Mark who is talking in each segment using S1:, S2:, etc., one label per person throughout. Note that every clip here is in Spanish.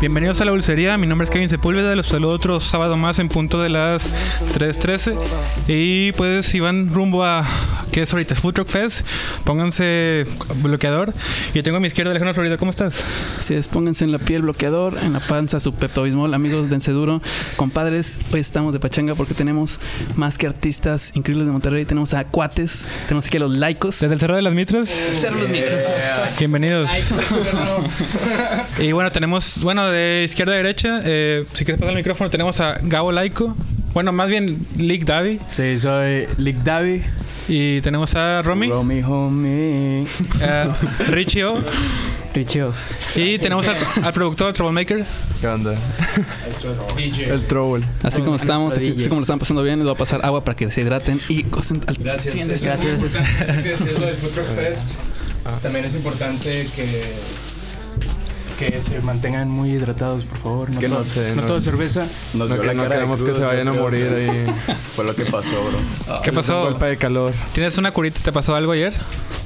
S1: Bienvenidos a la Dulcería, mi nombre es Kevin Sepúlveda, los saludo otro sábado más en punto de las 3.13 y pues si van rumbo a, ¿qué es ahorita? Food Truck Fest, pónganse bloqueador. Yo tengo a mi izquierda Alejandro Florida, ¿cómo estás?
S2: Así es, pónganse en la piel bloqueador, en la panza su Pepto Bismol, amigos dense duro, compadres, hoy estamos de pachanga porque tenemos más que artistas increíbles de Monterrey, tenemos a Cuates, tenemos aquí a los laicos.
S1: Desde el Cerro de las Mitras, Eh,
S2: Cerro Los Mitras.
S1: bienvenidos. Y bueno, tenemos, bueno, de izquierda a derecha, eh, si quieres pasar el micrófono, tenemos a Gabo Laico, bueno, más bien Lick Davi,
S3: Sí, soy Lick Davi.
S1: y tenemos a Romy,
S3: Romy, homie.
S1: a Richie O,
S3: Richio.
S1: y tenemos al, al productor Troublemaker.
S4: ¿Qué onda? El Trouble.
S2: Así como estamos, aquí- así como lo están pasando bien, les voy a pasar agua para que se hidraten y gocen al
S5: Gracias.
S2: 100.
S5: Es muy importante que decías lo del Food Truck Fest. También es importante que, que se mantengan muy hidratados, por favor.
S4: que no
S5: todo-
S4: sé,
S5: no
S4: no-
S5: todo cerveza.
S4: Nos no,
S6: vio la
S4: no
S6: cara de
S4: queremos que
S6: crudo,
S4: se vayan a
S6: yo creo
S4: morir
S6: que-
S4: ahí.
S6: Fue lo que pasó, bro.
S1: ¿Qué pasó?
S4: Golpe de calor.
S1: ¿Tienes una curita? ¿Te pasó algo ayer?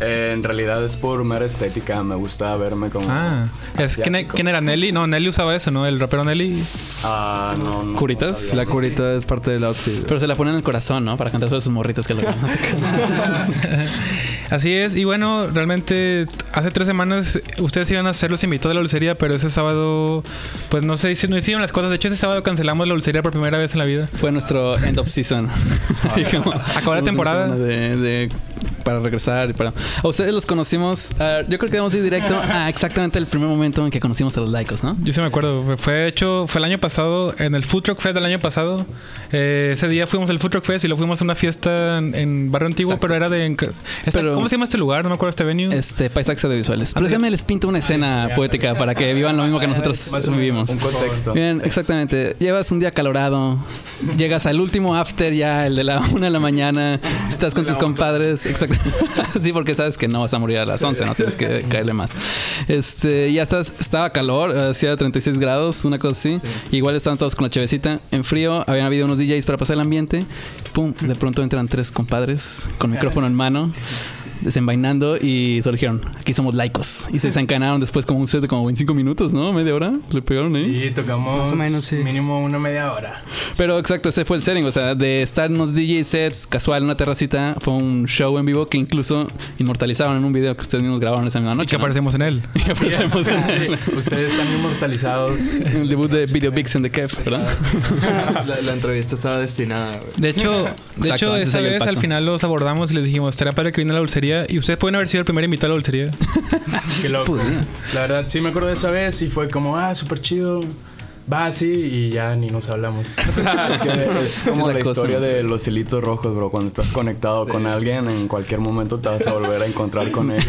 S6: Eh, en realidad es por mera estética, me gusta verme como.
S1: Ah, es, ¿quién, e-
S6: asiático.
S1: quién era Nelly? No, Nelly usaba eso, ¿no? El rapero Nelly.
S6: Ah, no, no.
S2: ¿Curitas?
S4: La curita es parte del outfit.
S2: Pero se la ponen en el corazón, ¿no? Para cantar sobre sus morritos que lo
S1: Así es, y bueno, realmente hace tres semanas ustedes iban a ser los invitados de la dulcería, pero ese sábado, pues no se hicieron, no hicieron las cosas. De hecho, ese sábado cancelamos la dulcería por primera vez en la vida.
S2: Fue nuestro end of season. Digamos,
S1: Acabó la
S2: tuvimos
S1: temporada.
S2: una semana De, de- para regresar y para. A ustedes los conocimos. ah, yo creo que vamos a ir directo a exactamente el primer momento en que conocimos a los laicos, ¿no?
S1: Yo sí me acuerdo, fue- fue hecho, fue el año pasado, en el Food Truck Fest del año pasado. Eh, ese día fuimos al Food Truck Fest y lo fuimos a una fiesta en, en Barrio Antiguo,
S2: Exacto.
S1: pero era de. en ca- esta-
S2: Pero-
S1: ¿Cómo se llama este lugar? No me acuerdo este venue. Ah,
S2: Este paisajes audiovisuales. Pero déjenme les pinto una escena poética para que vivan lo mismo que nosotros vivimos.
S6: Un contexto.
S2: Bien, exactamente. Llevas un día calorado, llegas al último after ya, el de la una de la mañana, estás con tus compadres, exacto. sí, porque sabes que no vas a morir a las 11, no tienes que caerle más. Este, ya estás, estaba calor, hacía 36 grados, una cosa así. Igual estaban todos con la chevecita en frío, habían habido unos DJs para pasar el ambiente. Pum, de pronto entran tres compadres con micrófono en mano, desenvainando y solo dijeron, aquí somos laicos. Y se desencanaron después como un set de como 25 minutos, ¿no? Media hora, le pegaron ahí.
S5: Y tocamos
S3: Más o menos, sí.
S5: mínimo una media hora.
S2: Pero exacto, ese fue el setting. O sea, de estar en unos DJ sets casual en una terracita, fue un show en vivo que incluso inmortalizaron en un video que ustedes mismos grabaron esa misma
S1: y que
S2: noche. ¿no?
S1: aparecemos en él.
S2: Y aparecemos en
S5: Ustedes están inmortalizados.
S2: el debut de Video Bigs en the Cave, ¿verdad?
S3: Ah, La, la entrevista estaba destinada, güey.
S1: De hecho, de
S2: Exacto,
S1: hecho
S2: ese
S1: esa
S2: salió el
S1: vez al
S2: pacto.
S1: final los abordamos y les dijimos, será para que viene a la dulcería. Y ustedes pueden haber sido el primer invitado a la dulcería.
S5: Qué loco. La verdad, sí me acuerdo de esa vez y fue como, ah, súper chido. Va así y ya ni nos hablamos.
S6: Es, que es como
S2: la
S6: la,
S2: cosa,
S6: historia
S2: ¿no?
S6: de los hilitos rojos, bro. Cuando estás conectado con alguien, en cualquier momento te vas a volver a encontrar con ellos.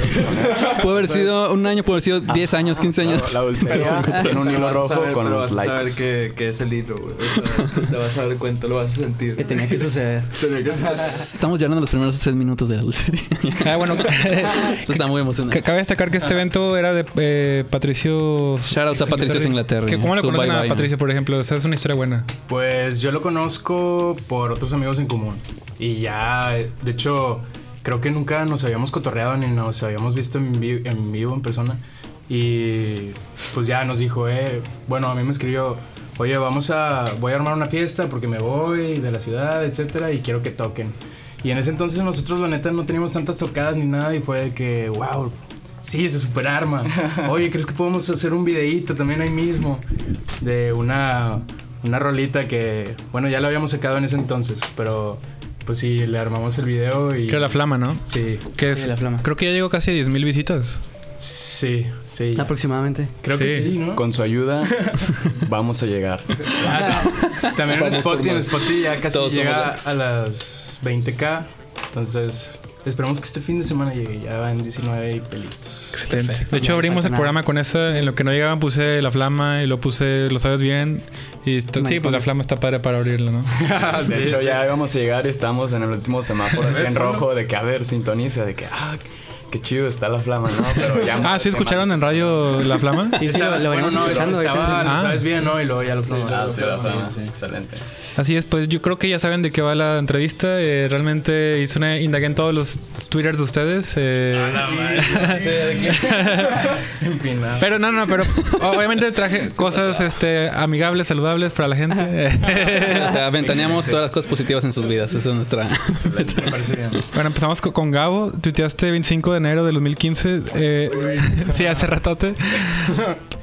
S2: Puede haber sido un año, puede haber sido 10 años, 15 años.
S6: Ah, La dulcería tiene un hilo
S3: Vas a
S6: rojo
S3: saber,
S6: con
S3: pero
S6: los
S3: vas a saber
S6: likes.
S3: que, que es el hilo, güey. O sea, te vas a dar cuenta, lo vas a sentir. Que tenía que suceder. Tenía que suceder.
S2: Estamos llorando los primeros 3 minutos de la dulcería.
S1: Ah, bueno,
S2: Esto está muy emocionante.
S1: ca- cabe destacar que este evento era de eh, Patricio...
S2: Shoutouts a Patricio Singletary.
S1: ¿Qué- ¿Cómo lo
S2: Su
S1: conocen
S2: bye
S1: a
S2: bye,
S1: Patricio, por ejemplo? Esa es una historia buena.
S5: Pues yo lo conozco por otros amigos en común. Y ya, eh, de hecho, creo que nunca nos habíamos cotorreado ni nos habíamos visto en, vi- en vivo, en persona. Y pues ya nos dijo, eh, bueno, a mí me escribió, oye, vamos a, voy a armar una fiesta porque me voy de la ciudad, etcétera, y quiero que toquen. Y en ese entonces nosotros, la neta, no teníamos tantas tocadas ni nada, y fue de que, wow, Sí, se superarma. Oye, ¿crees que podemos hacer un videíto también ahí mismo? De una, una rolita que, bueno, ya la habíamos sacado en ese entonces, pero pues sí, le armamos el video y...
S1: Que era La Flama, ¿no?
S5: Sí,
S1: Que es,
S7: Sí, La Flama.
S1: Creo que ya llegó casi a 10.000 visitas.
S5: sí, sí. ya.
S7: Aproximadamente.
S5: Creo que
S1: Sí.
S5: sí, ¿no?
S6: Con su ayuda, vamos a llegar.
S5: Ah, también en Spotify, en Spotify ya casi
S2: Todos somos
S5: llega
S2: likes.
S5: a las 20k, entonces esperemos que este fin de semana llegue, ya van 19 pelitos.
S1: Excelente. De hecho, abrimos el programa con esa. En lo que no llegaban puse La Flama y lo puse Lo Sabes Bien. Y esto- sí, pues La Flama está padre para abrirlo, ¿no?
S6: De hecho, ya íbamos a llegar y estamos en el último semáforo, así en rojo, de que a ver, sintoniza, de que, ah, qué chido está la flama, ¿no? Pero ya
S1: Ah, ¿sí
S6: te
S1: escucharon
S6: mando-
S1: en radio La Flama?
S7: Sí, sí, lo, lo
S5: bueno,
S7: venimos
S5: no,
S7: escuchando
S5: estaba,
S7: ahorita.
S5: lo
S1: Ah.
S5: sabes bien, ¿no? Y luego ya lo
S6: Ah, sí, la flama. Excelente.
S1: Así es, pues yo creo que ya saben de qué va la entrevista. Eh, realmente hice una indagué en todos los twitters de ustedes. eh,
S5: Empinado.
S1: pero no, no, pero obviamente traje cosas este amigables, saludables para la gente.
S2: O sea, ventaneamos todas las cosas positivas en sus vidas. Esa es nuestra.
S5: Me parece bien.
S1: Bueno, empezamos co- con Gabo. Tuiteaste 25 de enero del 2015. Eh, sí, hace ratote.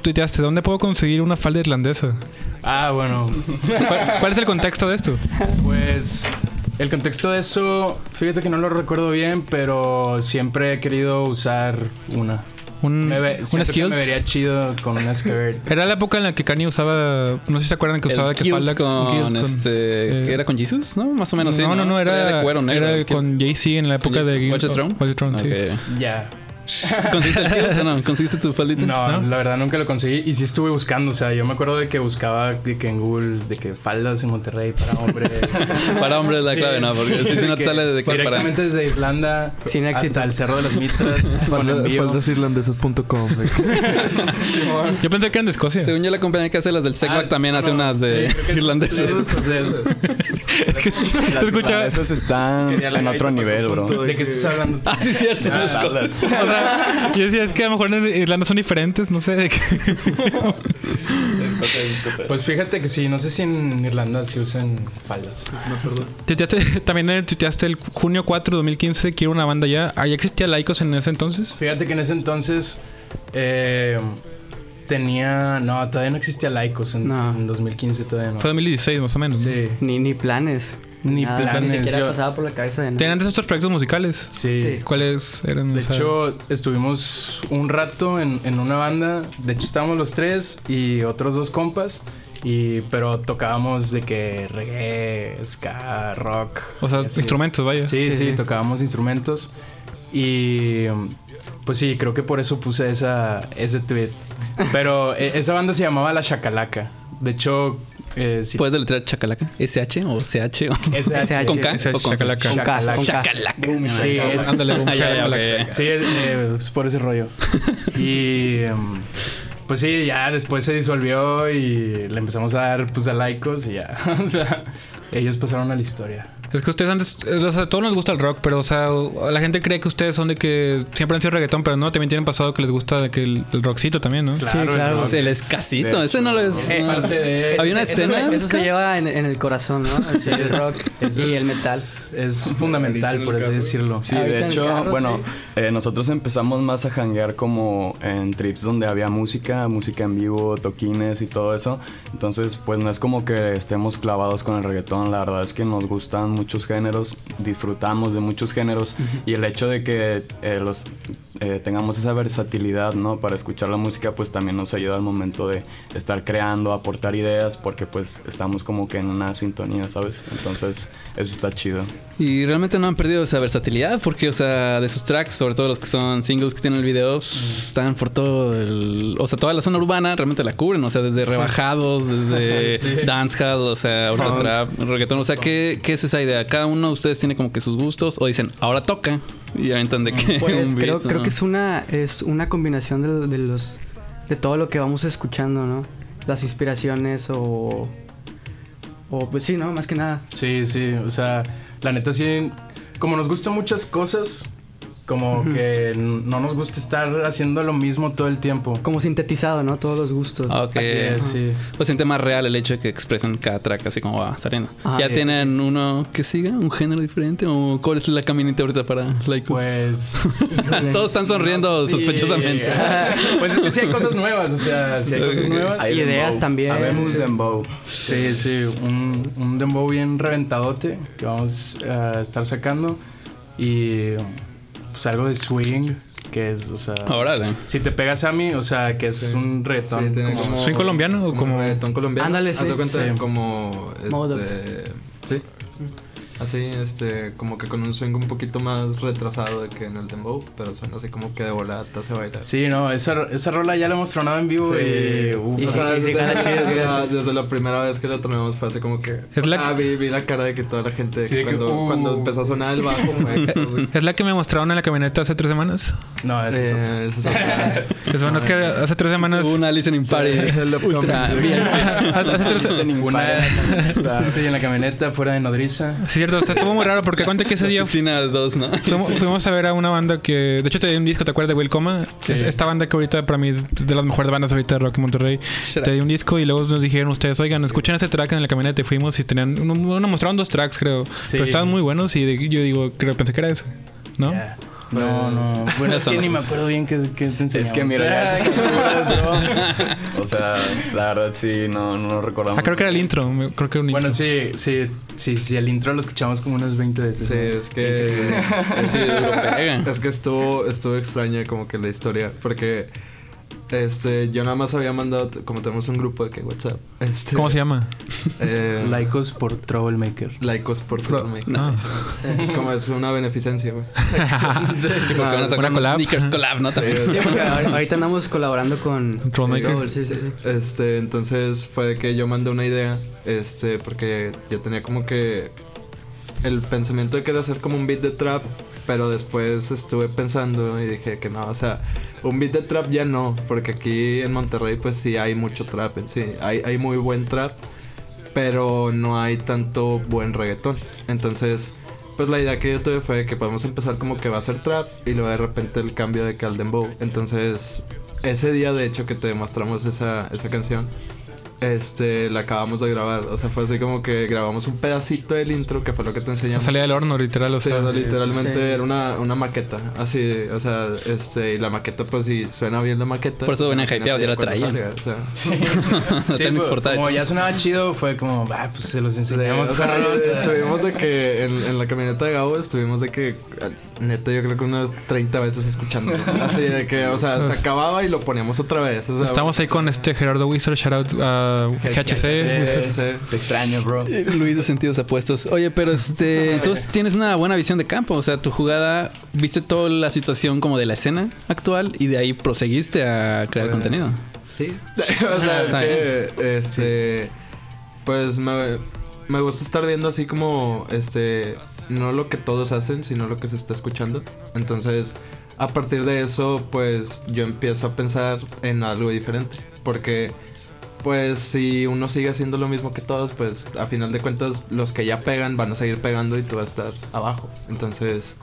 S1: Tuiteaste, ¿dónde puedo conseguir una falda irlandesa?
S5: Ah, bueno.
S1: ¿Cuál, cuál es el contexto de esto?
S5: Pues el contexto de eso, fíjate que no lo recuerdo bien, pero siempre he querido usar una.
S1: Un,
S5: Me ve-
S1: un
S5: siempre que
S1: skirt.
S5: Me vería chido con una skirt.
S1: Era la época en la que Kanye usaba, no sé si se acuerdan que usaba
S2: el
S1: que
S2: kilt
S1: falda
S2: con,
S1: un kilt con-
S2: este.
S1: eh,
S2: ¿Era con Jesus? ¿No? Más o menos, sí.
S1: no, no, no, era,
S2: de cuero negro.
S1: era
S2: el kilt.
S1: con Jay-Z en la época
S2: Jay-Z.
S1: de Game
S2: Watch the
S1: of-
S2: Throne?
S1: Watch the Throne, sí.
S2: Ok.
S5: Ya.
S2: ¿Conseguiste el kilt o no? ¿Conseguiste tu faldita?
S5: No, la verdad nunca lo conseguí y sí estuve buscando, o sea, yo me acuerdo de que buscaba de que en Google, de que faldas en Monterrey para hombre.
S2: Para hombres es la
S5: Sí,
S2: clave, no, porque
S5: sí,
S2: si
S5: de
S2: no te
S5: que
S2: sale de que para.
S5: Directamente desde Irlanda
S7: Sin éxito.
S5: hasta el Cerro de las Mitas. con
S4: Falda-
S5: envío.
S4: Faldasirlandesas.com. güey.
S1: Yo pensé que eran de Escocia.
S2: Según yo, la compañía que hace las del Segway
S5: Ah,
S2: también hace
S5: no,
S2: unas de
S5: sí, creo que es-
S2: irlandeses.
S5: o sea,
S6: Las
S1: Escucha-
S6: irlandesas están en otro nivel, bro.
S5: ¿De qué estás hablando?
S2: Ah, sí, cierto.
S6: Las faldas.
S1: O sea, yo decía, es que a lo mejor en Irlanda son diferentes, no sé. de qué.
S6: Escocés, escocés.
S5: Pues fíjate que sí, no sé si en Irlanda sí usan faldas.
S1: Tuiteaste- también eh, tuiteaste el junio 4 de 2015, quiero una banda ya. ¿Ah, ¿Ya existía Laicos en ese entonces?
S5: Fíjate que en ese entonces eh, tenía. No, todavía no existía Laicos en,
S7: No.
S5: en 2015, todavía no.
S1: Fue 2016 más o menos. ¿no?
S5: Sí.
S7: Ni, ni planes.
S5: Ni
S7: nada, Ah, Ni
S5: planes.
S7: siquiera
S5: yo-
S7: pasaba por la cabeza de
S1: ¿Tenían
S7: nada.
S1: antes otros proyectos musicales?
S5: sí.
S7: Sí.
S1: ¿Cuáles eran?
S5: De
S1: O sea,
S5: hecho, estuvimos un rato en, en una banda. De hecho, estábamos los tres y otros dos compas. Y, pero tocábamos de que reggae, ska, rock.
S1: o sea,
S5: así.
S1: instrumentos, vaya.
S5: Sí, sí,
S7: Sí, sí.
S5: tocábamos instrumentos. Y pues sí, creo que por eso puse esa, ese tweet. Pero eh, esa banda se llamaba La Chacalaca. De hecho, eh, sí.
S2: ¿Puedes deletrear chacalaca? ¿SH o CH? O...
S5: SH.
S2: ¿Con K?
S1: SH,
S2: ¿O con
S1: chacalaca.
S2: C?
S7: Con K, con K.
S2: Chacalaca.
S5: Sí, es,
S1: Ándale, boom,
S2: Ah, ya, ya,
S1: shakalaka.
S2: ok.
S5: Sí, es, eh, es por ese rollo. Y em, pues sí, ya después se disolvió y le empezamos a dar pues a laicos y ya. O sea, ellos pasaron a la historia.
S1: Es que ustedes antes, eh, o sea, a todos nos gusta el rock, pero, o sea, la gente cree que ustedes son de que siempre han sido reggaetón, pero no, también tienen pasado que les gusta de que el, el rockcito también, Ah, ¿no?
S7: claro.
S5: eso
S2: Es El escasito.
S6: De
S2: Ese no lo es.
S5: es
S2: no.
S5: parte de...
S2: Había una
S7: Eso se-
S2: escena.
S7: Eso se lleva en, en el corazón, ¿no? El, el rock
S5: Eso
S7: y
S5: es-
S7: el metal.
S5: Es fundamental, por así decirlo.
S6: Sí,
S7: Ahorita en
S6: de
S7: el
S6: hecho,
S7: carro,
S6: bueno,
S7: sí.
S6: eh, nosotros empezamos más a janguear como en trips donde había música, música en vivo, toquines y todo eso. Entonces, pues no es como que estemos clavados con el reggaetón, la verdad es que nos gustan muchos géneros, disfrutamos de muchos géneros y el hecho de que eh, los eh, tengamos esa versatilidad, ¿no? Para escuchar la música, pues también nos ayuda al momento de estar creando, aportar ideas, porque pues estamos como que en una sintonía, ¿sabes? Entonces, eso está chido.
S2: Y realmente no han perdido esa versatilidad porque, o sea, de sus tracks, sobre todo los que son singles que tienen el video, pss, están por todo el... O sea, toda la zona urbana realmente la cubren, o sea, desde rebajados, desde dancehall, o sea, ahorita trap, reggaetón. O sea, ¿qué, ¿qué es esa idea? ¿Cada uno de ustedes tiene como que sus gustos o dicen, ahora toca? Y aventan de que
S7: Pues
S2: un beat,
S7: creo,
S2: ¿no?
S7: creo que es una, es una combinación de, de los de todo lo que vamos escuchando, ¿no? Las inspiraciones o o pues sí, ¿no? Más que nada.
S5: Sí, sí, o sea, la neta sí, como nos gustan muchas cosas, como que n- no nos gusta estar haciendo lo mismo todo el tiempo.
S7: Como sintetizado, ¿no? Todos los gustos.
S2: Ah, ok.
S5: Así es, sí.
S2: Pues siente más real el hecho de que expresen cada track así como va saliendo.
S7: Ah,
S2: ¿Ya
S7: sí.
S2: tienen uno que siga? ¿Un género diferente? ¿O cuál es la caminita ahorita para like
S5: Pues
S2: Todos están sonriendo
S5: Sí.
S2: sospechosamente.
S5: Pues es que sí hay cosas nuevas, o sea, sí hay cosas nuevas.
S7: Hay ideas
S6: dembow.
S7: también.
S6: Habemos dembow.
S5: Sí, sí, un, un dembow bien reventadote que vamos a estar sacando y pues algo de swing que es, o sea,
S2: Órale.
S5: si te pegas a mí, o sea, que es un
S3: Sí,
S5: retón.
S3: tiene
S5: como-
S3: como-
S1: ¿Soy colombiano o como-
S3: reggaetón colombiano.
S7: Ándale,
S3: Haz
S7: sí.
S3: de cuenta
S5: Sí.
S3: como.
S7: Modo.
S3: Este, sí. Así, este, como que con un swing un poquito más retrasado de que en el dembow, pero suena así como que de volada te hace bailar.
S5: Sí, no, esa, esa rola ya la hemos tronado en vivo
S3: Sí.
S5: y... uf,
S3: O
S5: o sea,
S3: sea,
S7: sí, sí,
S3: desde,
S7: gana chido,
S3: desde
S7: gana
S3: la, desde la primera vez que la tomamos fue así como que...
S1: Es
S3: o
S1: la-
S3: sea, vi, vi la cara de que toda la gente...
S5: Sí, de que,
S3: cuando,
S5: uh.
S3: cuando empezó a sonar el bajo, güey, pues,
S1: ¿Es la que me mostraron en la camioneta hace tres semanas?
S5: No, es eso.
S3: eh, esa es otra.
S1: Es bueno, es que hace tres semanas...
S2: Hubo una listening party.
S4: es el
S2: ultra bien.
S1: hace tres-
S6: Dice ningún
S5: Una-
S6: padre.
S5: Sí, en la camioneta, fuera de nodriza.
S1: Sí, cierto, o sea, estuvo muy raro porque cuenta que ese día
S2: Oficina 2, ¿no?
S1: fuimos, fuimos a ver a una banda que, de hecho, te di un disco, ¿te acuerdas de Will Coma?
S5: Sí.
S1: Es- Esta banda que ahorita para mí es de las mejores bandas ahorita de rock en Monterrey.
S2: Shut
S1: Te
S2: up.
S1: di un disco y luego nos dijeron ustedes, oigan, escuchen ese track en la camioneta y fuimos y tenían, uno, uno mostraron dos tracks creo,
S5: Sí.
S1: pero estaban muy buenos y de- yo digo, creo, pensé que era ese, ¿no?
S5: Ya. No, no. Bueno, es que ni me acuerdo bien que, te enseñamos.
S6: Es que mira, ya esas figuras, bro. O sea, la verdad sí, no, no recordamos.
S1: Ah, creo que era el intro, me- creo que era un intro.
S5: Bueno, sí, sí, sí, sí, el intro lo escuchamos como unas 20 veces.
S3: Sí,
S5: ¿no?
S3: es que...
S2: Sí, lo pega.
S3: Es que estuvo, estuvo extraña como que la historia, porque este, yo nada más había mandado, como tenemos un grupo de que WhatsApp, este,
S1: ¿Cómo se llama?
S3: eh,
S5: Laicos por Troublemaker.
S3: Laicos por todo
S1: Nice.
S3: Es como es una beneficencia, güey.
S2: Tipo que van a sacar
S1: una
S2: unos
S1: collab.
S2: sneakers collab, ¿no? También.
S7: Sí, porque ahor- ahorita andamos colaborando con
S1: Troublemaker.
S7: Trouble, sí, sí, sí.
S3: Este, entonces fue que yo mandé una idea, este, porque yo tenía como que el pensamiento de que era hacer como un beat de trap, pero después estuve pensando y dije que no, o sea, un beat de trap ya no, porque aquí en Monterrey pues sí hay mucho trap en sí, hay, hay muy buen trap, pero no hay tanto buen reggaetón. Entonces, pues la idea que yo tuve fue que podemos empezar como que va a ser trap y luego de repente el cambio de Calden Bow. Entonces, ese día de hecho que te mostramos esa, esa canción, este, la acabamos de grabar. O sea, fue así como que grabamos un pedacito del intro que fue lo que te enseñamos.
S1: Salía del horno, literal, o
S3: Sí,
S1: sea,
S3: o sea, literalmente
S7: sí.
S3: era una, una maqueta, así, o sea, este, y la maqueta, pues si suena bien la maqueta.
S2: Por eso venían
S3: imagínate
S2: hypeados, ya la
S3: cuando
S2: traían.
S3: salga, o sea.
S5: Sí,
S2: Están
S5: pues,
S2: exportados.
S5: como ya sonaba chido, fue como, ah, pues se los enseñamos.
S3: O sea,
S5: perros, ya.
S3: estuvimos de que en, en la camioneta de Gabo estuvimos de que neta yo creo que unas 30 veces escuchándolo. Así de que, o sea, se acababa y lo poníamos otra vez. O sea,
S1: Estamos ahí con este Gerardo Wizard, shout out a
S3: Sí,
S1: GHC.
S3: sí, sí.
S6: Te extraño, bro.
S2: Eh, Luis de sentidos apuestos. Oye, pero este, entonces tienes una buena visión de campo. O sea, tu jugada, viste toda la situación como de la escena actual y de ahí proseguiste a crear contenido.
S3: Sí. o sea, es
S2: Está
S3: que, este, pues me, me gusta estar viendo así como, este, no lo que todos hacen, sino lo que se está escuchando. Entonces, a partir de eso, pues yo empiezo a pensar en algo diferente. Porque, pues si uno sigue haciendo lo mismo que todos, pues a final de cuentas los que ya pegan van a seguir pegando y tú vas a estar abajo. Entonces...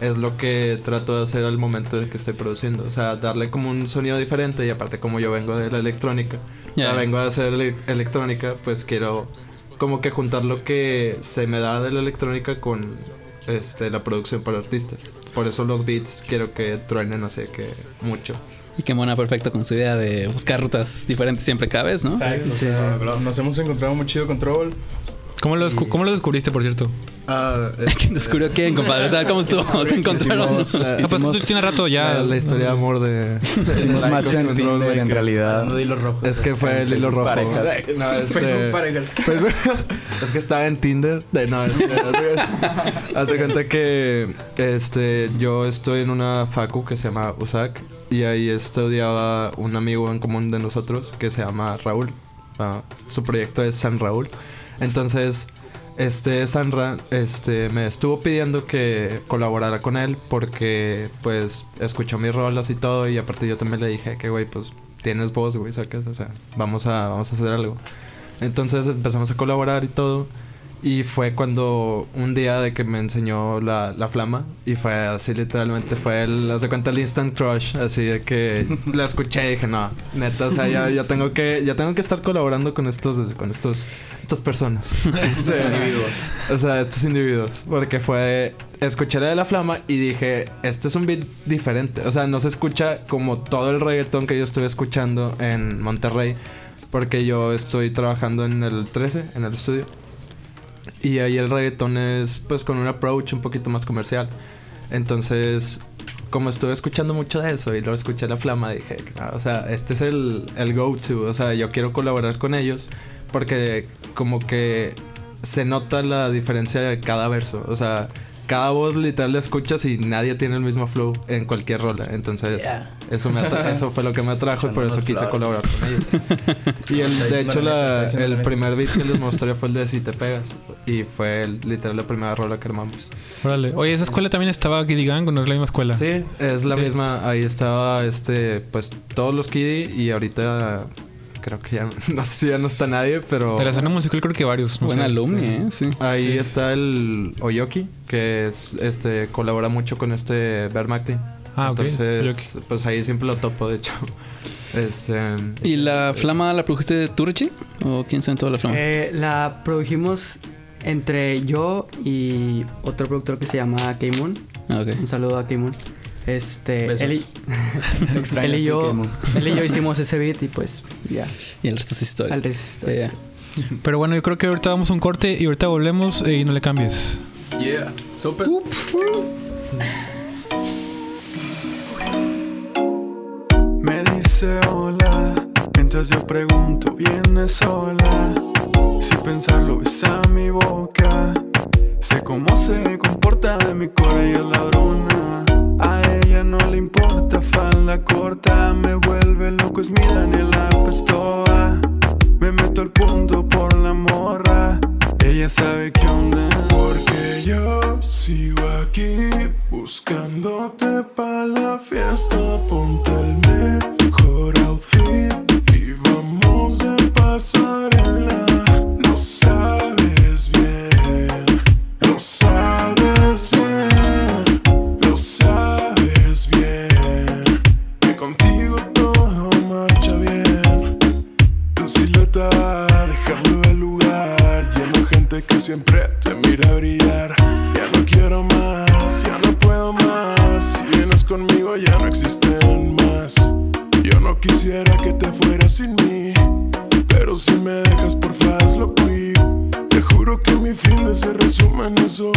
S3: Es lo que trato de hacer al momento de que estoy produciendo. O sea, darle como un sonido diferente y aparte como yo vengo de la electrónica,
S2: Ya.
S3: ya vengo a hacer ele- electrónica, pues quiero como que juntar lo que se me da de la electrónica con este, la producción para artistas. Por eso los beats quiero que truenen así que mucho.
S2: Y que Mona perfecto con su idea de buscar rutas diferentes siempre cada vez, ¿no?
S5: Exacto, o sea, lo- Nos hemos encontrado muy chido con Trouble.
S1: ¿Cómo lo, descu- ¿Cómo lo descubriste, por cierto?
S3: Ah,
S2: ¿Quién
S5: eh,
S2: descubrió quién, compadre? O sea, ¿cómo estuvo? ¿Se encontraron?
S1: Ah, pues tú tienes rato ya.
S3: la, la historia de amor de...
S6: Hicimos
S3: Laicos
S6: match en
S3: con
S6: Tinder, en
S3: Troublemaker.
S6: realidad.
S5: Dando hilos rojos.
S3: Es que fue el hilo rojo.
S6: Pareja.
S3: No, este-
S5: Facebook pareja.
S3: Pero- es que estaba en Tinder. De, no, este, hace, hace cuenta que este, yo estoy en una facu que se llama USAC y ahí estudiaba un amigo en común de nosotros que se llama Raúl. Ah, su proyecto es San Raúl. Entonces, este Sanra este, me estuvo pidiendo que colaborara con él porque pues escuchó mis rolas y todo y aparte yo también le dije que güey pues tienes voz güey sacas, o sea, vamos a, vamos a hacer algo. Entonces empezamos a colaborar y todo. Y fue cuando un día de que me enseñó la, la flama. Y fue así literalmente, fue el, haz de cuenta el instant crush. Así de que la escuché y dije, no, neta, o sea, ya, ya tengo que, ya tengo que estar colaborando con estos, con estos, estas personas. Este, O sea, estos individuos. Porque fue, escuché la de la flama y dije, este es un beat diferente. O sea, no se escucha como todo el reggaetón que yo estuve escuchando en Monterrey. Porque yo estoy trabajando en el 13, en el estudio. Y ahí el reggaetón es pues con un approach un poquito más comercial. Entonces, como estuve escuchando mucho de eso y luego escuché la flama, dije, "Ah, o sea, este es el, el go-to, o sea, yo quiero colaborar con ellos porque como que se nota la diferencia de cada verso. O sea, cada voz literal la escuchas y nadie tiene el mismo flow en cualquier rola. Entonces, eso, me atra- eso fue lo que me atrajo y por eso quise colaborar con ellos. y el, de hecho, la- el primer beat que les mostré fue el de Si Te Pegas. Y fue el- literal la primera rola que armamos.
S1: Órale. Oye, esa escuela también estaba aquí, digan, no es la misma escuela.
S3: Sí, es la misma. Ahí estaba, este, pues, todos los Kiddy y ahorita... Creo que ya no sé si ya no está nadie, pero.
S1: De la zona musical creo que varios. no
S2: Buen
S1: sé.
S2: alumni, ¿eh? Sí.
S3: Ahí está el Oyoki, que es este colabora mucho con este Bear McLean.
S1: Ah, ok,
S3: Entonces,
S1: Oyoki.
S3: pues ahí siempre lo topo, de hecho. Este,
S2: ¿Y la flama la produjiste tú, Richie? ¿O quién se inventó la flama?
S7: Eh, la produjimos entre yo y otro productor que se llama K-Moon.
S2: Ah, ok.
S7: Un saludo a K-Moon. Este,
S5: Besos.
S7: él y,
S6: Te extraño
S7: él
S6: a
S7: y
S6: ti,
S7: yo,
S6: Kemo.
S7: él y yo hicimos ese beat y pues ya.
S2: Y el resto es historia.
S7: Al resto.
S2: Ya, ya.
S1: Pero bueno, yo creo que ahorita vamos a un corte y ahorita volvemos eh, y no le cambies.
S6: Yeah.
S5: Súper.
S8: Me dice hola, mientras yo pregunto, ¿vienes sola? Si pensarlo besa mi boca, sé cómo se comporta de mi cora y es ladrona. A ella no le importa, falda corta, me vuelve loco, es mi Daniela Pestoa. Me meto el punto por la morra, ella sabe qué onda. Porque yo sigo aquí, buscándote para la fiesta, ponte el mejor outfit y vamos de pasarela. No sabes bien, lo sabes bien, lo sabes bien. Que contigo todo marcha bien. Tu silueta va dejando el lugar Lleno gente que siempre te mira brillar Ya no quiero más, ya no puedo más Si vienes conmigo ya no existen más Yo no quisiera que te fueras sin mí Pero si me dejas porfa hazlo quick Te juro que mi fin de se resume en eso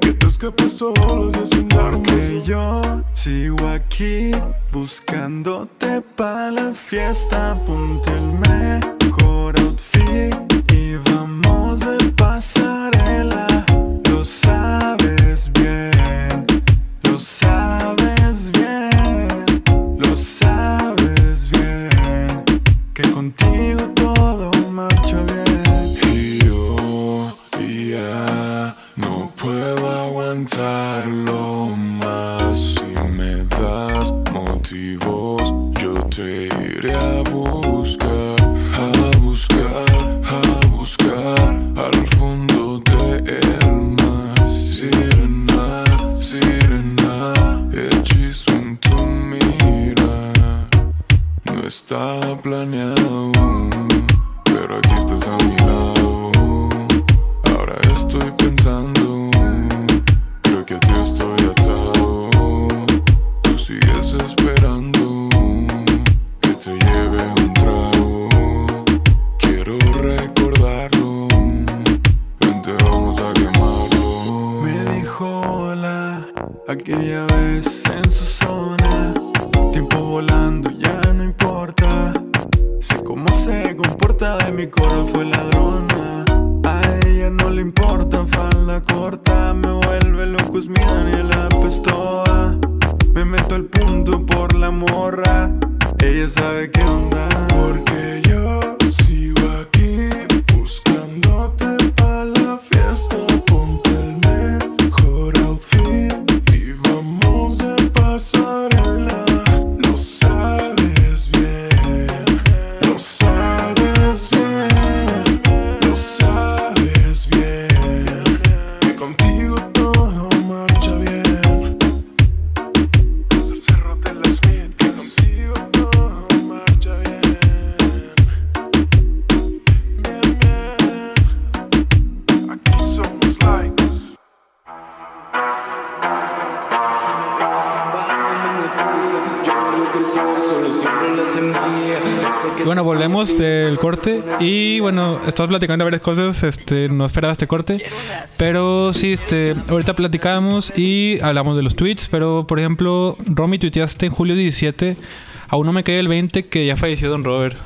S8: Que te escapas todos los días sin darme Porque yo sigo aquí buscándote para la fiesta. Ponte el mejor outfit y vamos de pasarela. Lo sabes bien, lo sabes bien, lo sabes bien. Que contigo todo marcha bien. Y yo ya no puedo aguantarlo más. Si me das motivos, yo te iré a buscar, a buscar, a buscar al fondo del mar. Sirena, sirena, hechizo en tu mirada. No estaba planeado, pero aquí estás a mi lado. Ahora estoy pensando, creo que a ti estoy atado. Tú sigues esperando que te lleve un trago. Quiero recordarlo, vente vamos a quemarlo. Me dijo hola aquella vez en su zona. Tiempo volando ya no importa. Sé cómo se comporta de mi coro fue ladrona. A ella no le importa falda corta. Me vuelve loco es mi Daniela Pestoa. Me meto el punto por la morra. Ella sabe qué onda. Porque yo sigo aquí buscándote para la fiesta. Ponte el mejor outfit y vamos de pasarela. Lo sabes bien, lo sabes bien, lo sabes bien. Que contigo todo marcha bien. Es el cerro de las mil que contigo todo marcha bien. Bien, bien. Aquí somos laicos.
S1: Bueno, volvemos del corte y bueno, estamos platicando varias cosas, este, no esperaba este corte, pero sí, este, ahorita platicábamos y hablamos de los tweets, pero por ejemplo, Romy tuiteaste en julio 17, aún no me cae el 20 que ya falleció Don Robert.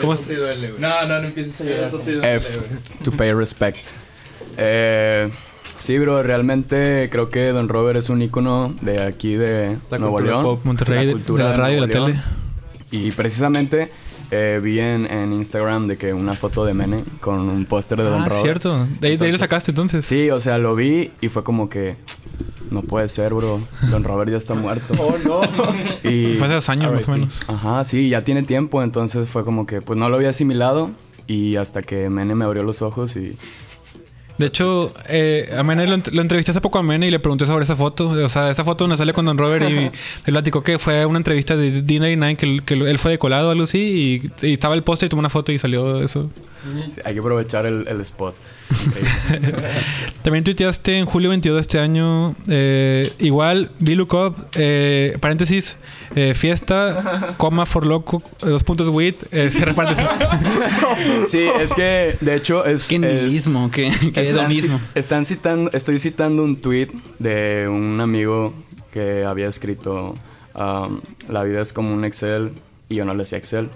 S1: ¿Cómo
S3: Eso sí duele, güey.
S5: No, no, no empieces a llorar.
S3: Eso sí duele,
S6: F,
S3: güey.
S6: to pay respect. Eh, sí, bro, realmente creo que Don Robert es un ícono de aquí de
S3: La
S6: Nuevo
S3: cultura
S6: León.
S3: pop.
S1: Monterrey, de- de la radio, de la
S6: Nuevo
S1: tele.
S6: Y precisamente eh, vi en, en Instagram de que una foto de Mene con un póster de Don
S1: Ah,
S6: Robert.
S1: cierto. De ahí, de ahí lo
S6: Entonces-
S1: sacaste entonces.
S6: Sí, o sea, lo vi y fue como que no puede ser, bro. Don Robert ya está muerto. Oh, no. Y
S1: Fue hace dos años, más o
S6: RIP.
S1: menos.
S6: Ajá, sí, ya tiene tiempo, entonces fue como que pues no lo había asimilado y hasta que Mene me abrió los ojos y
S1: De hecho, eh, a Mene lo, ent- lo entrevisté hace poco a Mene y le pregunté sobre esa foto. O sea, esa foto donde sale con Don Robert y me platicó que fue una entrevista de D99 que, él- que él fue de colado o algo así y, y estaba el póster y tomó una foto y salió eso.
S6: sí, hay que aprovechar el, el spot.
S1: También tuiteaste en julio 22 de este año. eh, igual, vi lookup, eh, paréntesis, eh, fiesta, coma, for loco, eh, dos puntos, wit, eh, cierra paréntesis.
S6: Sí, es que de hecho es
S2: Qué
S6: es-
S2: nihilismo, qué, qué
S6: Están, ci-
S2: hedonismo.
S6: están citando, estoy citando un tweet de un amigo que había escrito um, la vida es como un Excel y yo no le sé Excel,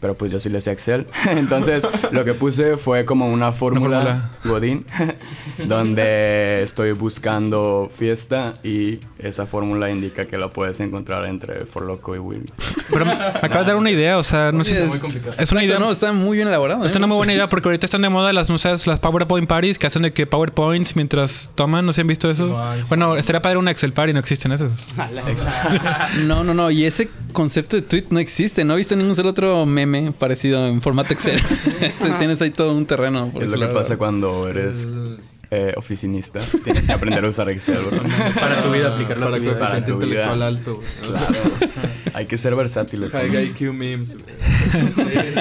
S6: pero pues yo sí le sé Excel. Entonces lo que puse fue como una fórmula,
S1: fórmula.
S6: Godín, donde estoy buscando fiesta y esa fórmula indica que la puedes encontrar entre Forloco y Willy.
S1: Pero me, me acabas de dar una idea, o sea, no sé.
S5: Muy complicado.
S1: Es una idea.
S2: No, está muy bien elaborado. ¿eh?
S1: Es una muy buena idea porque ahorita están de moda las, no sabes, las PowerPoint parties que hacen de que PowerPoints mientras toman, ¿no se han visto eso?
S5: No, eso-
S1: bueno, estaría padre una Excel party, no existen esas.
S2: No, no, no. Y ese concepto de tweet no existe. No he visto ningún solo otro meme parecido en formato Excel. Este, Tienes ahí todo un terreno. por
S6: es lo que
S2: explorar.
S6: pasa cuando eres
S5: Mm.
S6: eh, oficinista. Tienes que aprender a usar Excel. ¿no?
S5: Es para tu vida aplicarlo a
S3: Para
S5: tu vida.
S6: Para
S3: coeficiente
S6: tu vida.
S3: intelectual alto, güey. O sea,
S6: Claro. Hay que ser versátiles.
S3: High IQ memes, güey.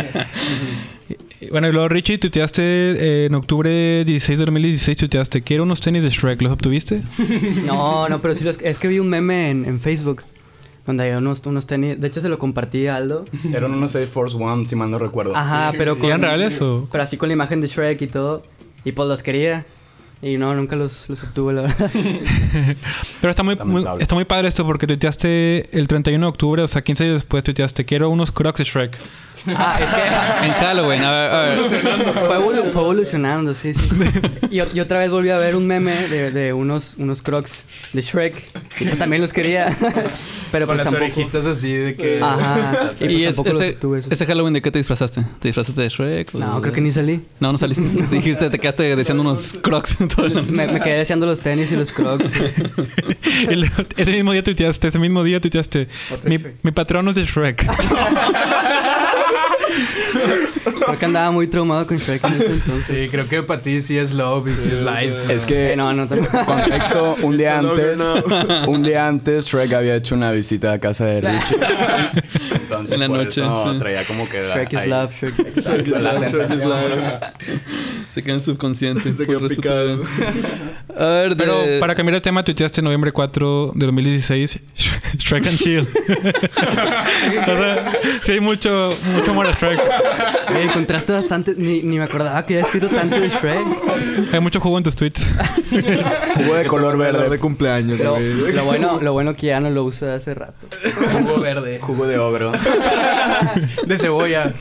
S1: Y- Bueno, y luego Richie, tuiteaste eh, en octubre 16 de 2016, tuiteaste, quiero unos tenis de Shrek, ¿los obtuviste?
S7: No, no, pero sí, los- es que vi un meme en, en Facebook donde había unos, unos tenis. De hecho, se lo compartí a Aldo.
S6: Eran unos Air Force One, si mal no recuerdo.
S7: Ajá, pero
S1: ¿Y
S7: con.
S1: eran reales o...?
S7: Pero así con la imagen de Shrek y todo. Y pues los quería. Y no, nunca los, los obtuve, la verdad.
S1: Pero está muy, muy-
S6: Lamentable.
S1: está muy padre esto porque tuiteaste el 31 de octubre, o sea, 15 días después tuiteaste, quiero unos Crocs de Shrek.
S7: Ah, es que
S2: En Halloween, a ver, a ver.
S7: fue, evolu- fue evolucionando, sí, sí. Y, o- y otra vez volví a ver un meme de, de unos, unos crocs de Shrek. Y pues también los quería. Pero
S5: Con
S7: pues
S5: las
S7: tampoco.
S5: orejitas así de que.
S7: Ajá. Y, pues
S2: Y es-
S7: tampoco los
S2: ese,
S7: obtuve. esos.
S2: ese Halloween, ¿de qué te disfrazaste? ¿Te disfrazaste de Shrek? o
S7: No,
S2: de-
S7: creo que ni salí.
S2: No, no saliste. Dijiste, te quedaste deseando unos crocs toda la noche.
S7: Me, me quedé deseando los tenis y los crocs.
S1: El- ese mismo día tuiteaste, ese mismo día tuiteaste,
S7: Otro
S1: mi,
S7: Shrek.
S1: mi patrono es de Shrek.
S7: Creo que andaba muy traumado con Shrek en ese entonces.
S5: Sí, creo que para ti sí es love y sí, es life.
S6: Es que,
S7: Eh, no, no, tampoco.
S6: contexto, un día antes, un día antes, Shrek había hecho una visita a casa de Richie. Entonces,
S2: En la
S6: por
S2: noche,
S6: eso
S2: sí.
S6: traía como que la,
S7: Shrek is
S6: ahí,
S7: love, Shrek.
S6: la- la sensación.
S2: Se quedó en subconsciente.
S3: Se quedó
S2: por el resto
S3: picado.
S2: de- A ver, de-
S1: Pero para cambiar de tema, tuiteaste noviembre 4 de 2016, Sh- Shrek and Chill. o sea, sí hay mucho, mucho amor a Shrek.
S7: Oye, encontraste bastante. Ni, ni me acordaba que había escrito tanto de Shrek.
S1: Hay mucho jugo en tus tweets.
S6: Jugo de color
S3: Hablar
S6: verde,
S3: de cumpleaños,
S7: Lo,
S3: güey.
S7: lo bueno, lo bueno que ya no lo uso de hace rato.
S5: Jugo verde.
S6: jugo de ogro.
S5: De cebolla.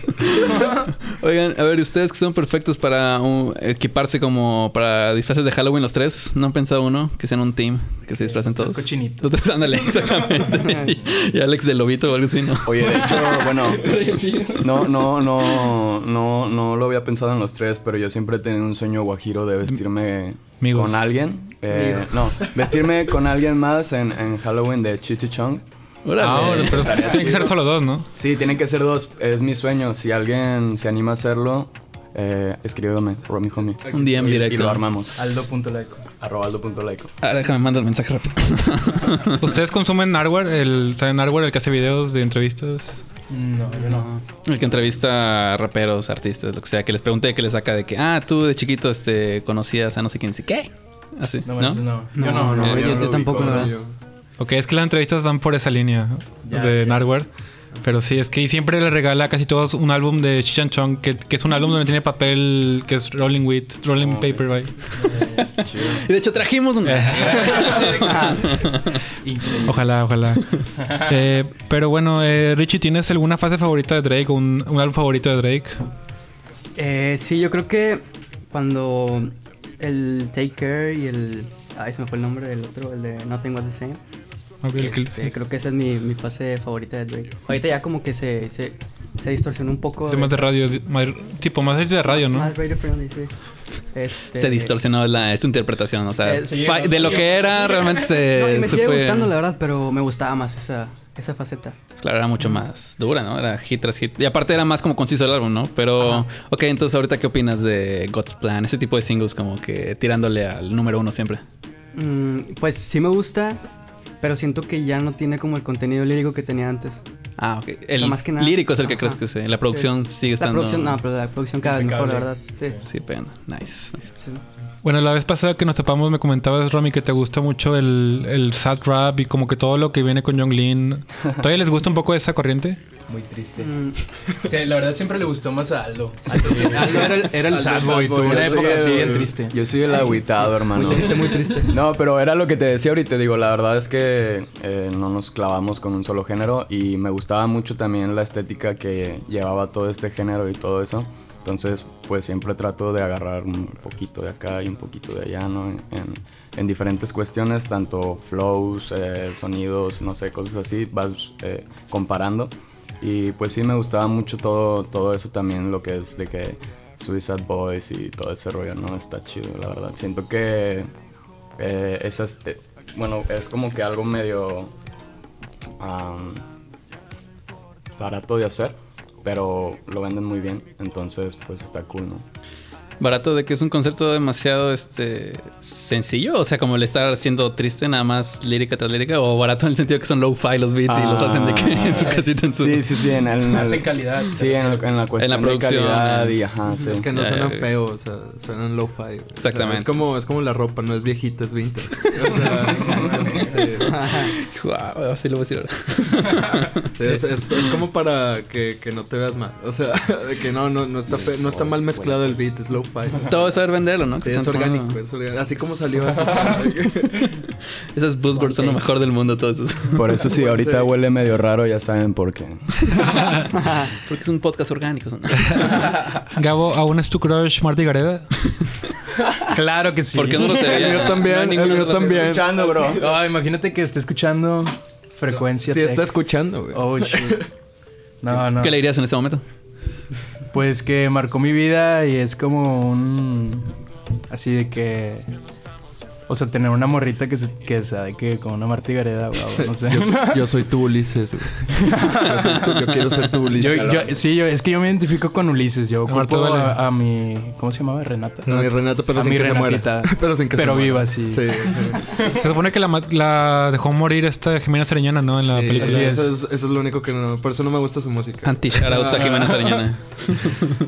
S2: Oigan, a ver, ustedes que son perfectos para uh, equiparse como para disfraces de Halloween los tres, ¿no han pensado uno? Que sean un team, que
S7: Eh,
S2: se disfracen
S5: Los tres
S2: todos.
S5: cochinitos.
S2: Los tres, ándale, exactamente. y, y Alex de Lobito o algo así, ¿no?
S6: Oye, de hecho, bueno, no, no, no, no, no lo había pensado en los tres, pero yo siempre he tenido un sueño guajiro de vestirme
S1: Migos.
S6: con alguien. Eh, no, vestirme con alguien más en, en Halloween de Chichichong.
S2: Órale.
S1: Ahora, Ah, pero
S6: Estaría
S1: tienen que ser
S6: chido.
S1: solo dos, ¿no?
S6: Sí, tienen que ser dos. Es mi sueño. Si alguien se anima a hacerlo, eh, escríbeme, Romy Homie.
S2: un DM
S6: Y,
S2: directo.
S6: y lo armamos.
S5: Aldo.laico.
S6: Arrobaldo.laico.
S2: Ahora déjame mandar el mensaje rápido.
S1: ¿Ustedes consumen Narwar, el, también Narwar, el que hace videos de entrevistas?
S5: No, yo no.
S2: El que entrevista a raperos, artistas, lo que sea, que les pregunte que les saca de que, ah, tú de chiquito este, conocías a no sé quién, dice, ¿qué? Así,
S5: No,
S2: ¿no? Eh,
S5: manches, no. Yo
S6: yo
S5: no.
S7: yo,
S6: no
S7: yo
S6: Ah, lo
S7: tampoco,
S6: ubico,
S7: la
S6: no,
S7: verdad.
S1: Ok, es que las entrevistas van por esa línea de Narwar. Pero sí, es que siempre le regala a casi todos un álbum de Chichan Chong, que, que es un álbum donde tiene papel, que es Rolling With, Rolling Paper, by.
S2: Y de hecho trajimos un...
S7: Ah,
S1: Ojalá, ojalá. Eh, pero bueno, eh, Richie, ¿tienes alguna fase favorita de Drake o un, un álbum favorito de Drake?
S7: Eh, sí, yo creo que cuando el Take Care y el... Ay, se me fue el nombre del otro, el de Nothing Was The Same.
S1: Ok, el que-
S7: Este, creo que esa es mi, mi fase favorita de Drake. Ahorita ya como que se, se, se distorsionó un poco.
S1: Es más de radio, di- más- tipo más de radio, ¿no?
S7: Más radio friendly, sí. Este,
S2: Se distorsionó la, esta interpretación, o sea,
S7: Eh, sí,
S2: fa- de lo que era realmente se,
S7: No, y me
S2: se
S7: sigue
S2: fue...
S7: gustando, la verdad, pero me gustaba más esa, esa faceta.
S2: Claro, era mucho más dura, ¿no? Era hit tras hit. Y aparte era más como conciso el álbum, ¿no? Pero, ok, entonces ahorita, ¿qué opinas de God's Plan? Ese tipo de singles como que tirándole al número uno siempre.
S7: Mm, pues sí me gusta, pero siento que ya no tiene como el contenido lírico que tenía antes.
S2: Ah, ok. El
S7: sea, más que nada.
S2: lírico es el que
S7: Ajá.
S2: crees que se... La producción sigue
S7: La
S2: estando...
S7: producción, no, pero la producción cada vez mejor, la verdad. Sí.
S2: Sí, pena. Nice, nice.
S7: sí.
S1: Bueno, la vez pasada que nos tapamos me comentabas, Romy, que te gusta mucho el, el sad rap y como que todo lo que viene con Jonglin. ¿Todavía les gusta un poco esa corriente?
S5: Muy triste.
S7: Mm,
S5: O sea, Este, la verdad siempre le gustó más a Aldo. Ah,
S6: Aldo era el, era el sad boy,
S5: tuvo una época así bien triste.
S6: Yo soy el agüitado, hermano. Muy triste, muy triste. No, pero era lo que te decía ahorita. Digo, la verdad es que eh, no nos clavamos con un solo género y me gustaba mucho también la estética que llevaba todo este género y todo eso. Entonces, pues siempre trato de agarrar un poquito de acá y un poquito de allá, ¿no? En, en diferentes cuestiones, tanto flows, eh, sonidos, no sé, cosas así, vas eh, comparando. Y pues sí, me gustaba mucho todo, todo eso también, lo que es de que Suicide Boys y todo ese rollo, ¿no? Está chido, la verdad. Siento que eh, esas, eh, bueno, es como que algo medio am, barato de hacer, pero lo venden muy bien, entonces pues está cool, ¿no?
S2: Barato de que es un concepto demasiado este sencillo, o sea, como el estar siendo triste nada más lírica tras lírica, o barato en el sentido que son low-fi los beats y los hacen de que en su
S6: Ah,
S2: casita, en su...
S6: Sí, sí, sí, en, el- en el-
S5: Hace calidad.
S6: Sí, en, el- en la cuestión
S2: producción,
S6: de calidad
S2: en-
S6: y ajá, sí.
S3: Es que no
S2: Ya, ya,
S3: suenan
S2: ok.
S3: feo, o sea, suenan low fi
S2: Exactamente.
S3: es, como, es como la ropa, no es viejita, es vintage. O sea, sí.
S2: Guau, así lo voy a decir ahora.
S3: Sí, es, es- es como para que, que no te veas mal. O sea, de que no, no, no, está, fe- no está mal mezclado el beat, es low fi
S2: Todo es saber venderlo, ¿no?
S3: Sí, es orgánico, es orgánico. Así como salió así está.
S2: Esas buzzwords son lo mejor del mundo, todos esos.
S6: Por eso sí, ahorita huele medio raro, ya saben por qué.
S2: Porque es un podcast orgánico. son-
S1: Gabo, ¿aún es tu crush Marty Gareda?
S5: Claro que sí.
S2: ¿Por qué no lo
S3: El
S2: sabía?
S3: mío también, el mío también.
S6: Escuchando, bro.
S5: Ah, imagínate que esté escuchando frecuencia.
S3: Sí,
S5: Tech.
S3: está escuchando, güey.
S5: Oh, shit. No, no.
S2: ¿Qué le dirías en este momento?
S5: Pues que marcó mi vida y es como un. Así de que. O sea, tener una morrita que, se- que sabe que con una martigareda, wow, no sé.
S3: Yo, soy- yo soy tu Ulises, güey. Yo, soy tu- yo quiero ser tu
S5: Yo,
S3: Ulises.
S5: yo- sí, yo, es que yo me identifico con Ulises. Yo
S1: Marta
S5: ocupo
S1: Vale.
S5: a, a mi. ¿Cómo se llamaba? Renata.
S3: A mi Renata, pero
S5: A
S3: sin
S5: mi
S3: que se
S5: Renatita.
S3: muera. Pero sin que se
S5: Pero
S3: muera.
S5: viva, sí.
S3: Sí,
S1: Se supone que la, ma- la dejó morir esta Jimena Sariñana, ¿no? En la
S3: sí.
S1: película.
S5: Así es.
S3: Eso, es, eso es lo único que no... Por eso no me gusta su música. Ah.
S2: Anti-shoutouts a Jimena Sariñana.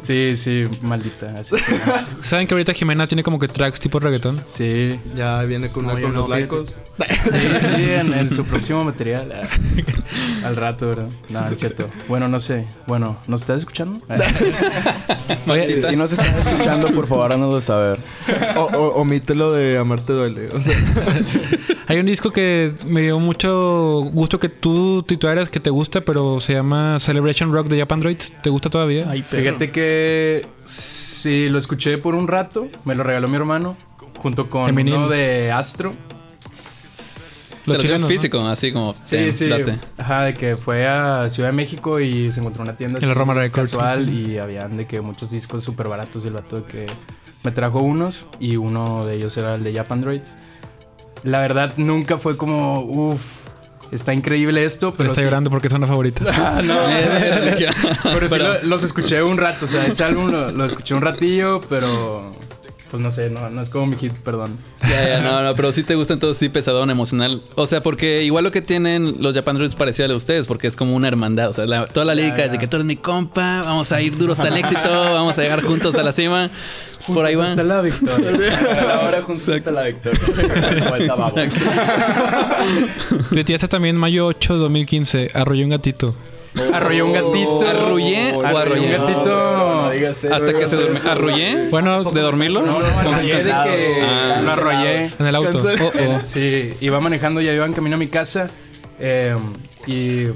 S5: Sí, sí, maldita. así que-
S1: ¿Saben que ahorita Jimena tiene como que tracks tipo reggaetón?
S5: Sí.
S3: Ya viene con, una-
S5: No, yo
S3: con
S5: no,
S3: los
S5: fíjate.
S3: laicos.
S5: Sí, sí, en, en su próximo material. ah, Al rato, bro. No, no es cierto. Bueno, no sé. Bueno, ¿nos estás escuchando? Ah.
S6: Si, si nos están escuchando, por favor, háganoslo saber.
S3: O, o, omite lo de Amarte Duele. O sea,
S1: Hay un disco que me dio mucho gusto que tú titularas que te gusta, pero se llama Celebration Rock de Japan Droids. ¿Te gusta todavía?
S5: Fíjate que sí, lo escuché por un rato. Me lo regaló mi hermano. Junto con
S1: En vinil.
S5: uno de Astro.
S2: Los
S1: chilenos, ¿no?
S2: físico, así como.
S5: Sí,
S2: ten,
S5: sí.
S2: date.
S5: Ajá, de que fue a Ciudad de México y se encontró una tienda
S1: En la
S5: así
S1: Roma Records,
S5: casual
S1: sí,
S5: y habían de que muchos discos súper baratos y el vato de que me trajo unos y uno de ellos era el de Japan Droids. La verdad nunca fue como, uff, está increíble esto, pero
S1: Está
S5: sí,
S1: llorando porque es una favorita.
S5: Ah, no. pero sí
S2: Pero-
S5: lo- los escuché un rato, o sea, ese álbum lo, lo escuché un ratillo, pero pues no sé, no, no es como mi hit, perdón.
S2: Ya, ya, no, no, pero sí te gustan todos, sí, pesadón, emocional. O sea, porque igual lo que tienen los Japan Droids es parecido a ustedes, porque es como una hermandad. O sea, la- toda la lírica es de que tú eres mi compa, vamos a ir duro hasta el éxito, vamos a llegar juntos a la cima. Por ahí
S1: Pues
S5: Juntos hasta
S2: va.
S5: la victoria.
S6: Ahora juntos hasta la victoria. Vuelta babo.
S1: Tuiteaste también mayo 8 de 2015, Arrolló un gatito.
S2: Oh,
S5: Arrollé un gatito.
S2: ¿Arrullé o
S5: Arrollé
S2: arrollé?
S6: No
S5: un gatito.
S6: digas eso,
S2: Hasta
S6: no
S2: que se
S6: digas
S2: durmió.
S6: eso.
S2: ¿Arrullé?
S1: Bueno,
S2: ¿De dormirlo?
S5: No, no,
S2: Con
S5: arrollé de
S2: cansados.
S5: que
S2: Ah.
S5: lo arrollé.
S1: en el auto.
S2: Oh, oh.
S5: Sí, iba manejando, ya iba en camino a mi casa. eh, y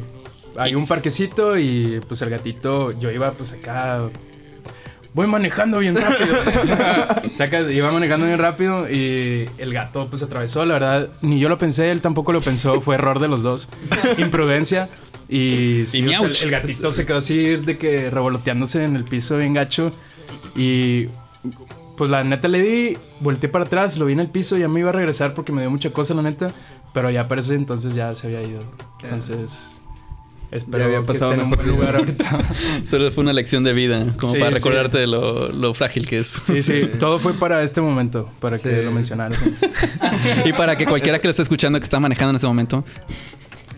S5: hay un parquecito y pues el gatito, yo iba pues acá... Voy manejando bien rápido. Sacas, iba manejando bien rápido y el gato pues atravesó, la verdad, ni yo lo pensé, él tampoco lo pensó, fue error de los dos. Imprudencia. Y, sí,
S2: Y
S5: o sea,
S2: miauch.
S5: el gatito se quedó así de que revoloteándose en el piso bien gacho y pues la neta le di, volteé para atrás, lo vi en el piso, ya me iba a regresar porque me dio mucha cosa la neta, pero ya para eso entonces ya se había ido. Entonces, espero
S3: Ya había pasado
S5: que esté en un buen lugar ahorita.
S2: Solo fue una lección de vida, como
S5: Sí,
S2: para
S5: sí.
S2: recordarte de lo, lo frágil que es.
S5: Sí, sí, todo fue para este momento, para que lo mencionaras.
S2: y para que cualquiera que lo esté escuchando, que está manejando en ese momento,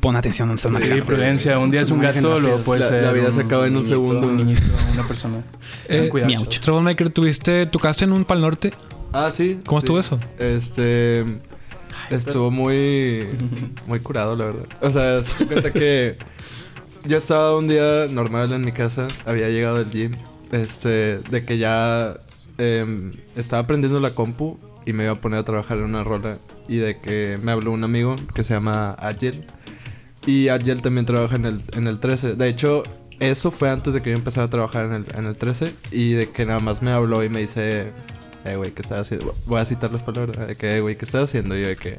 S2: pon atención donde estás
S5: Sí,
S2: manejando.
S5: prudencia, un día es un gato, lo puede
S3: La-
S5: ser
S3: la vida se
S5: un
S3: acaba en un
S5: niñito,
S3: segundo.
S5: Un niñito, una persona. Ten
S1: Eh,
S5: cuidado,
S2: miau.
S5: chavos.
S1: Troublemaker, tuviste, tocaste en un Pal Norte.
S3: Ah, sí.
S1: ¿Cómo
S3: sí.
S1: estuvo eso?
S3: Este. Estuvo muy. Muy curado, la verdad. O sea, se cuenta que. Yo estaba un día normal en mi casa. Había llegado del gym. Este. De que ya. em, estaba aprendiendo la compu. Y me iba a poner a trabajar en una rola. Y de que me habló un amigo que se llama Agile. Y Agile también trabaja en el, en el 13. De hecho, eso fue antes de que yo empezara a trabajar en el, en el 13. Y de que nada más me habló y me dice, eh, güey, ¿qué estás haciendo? Voy a citar las palabras. De que, "Eh, güey, ¿qué estás haciendo? Y yo de que,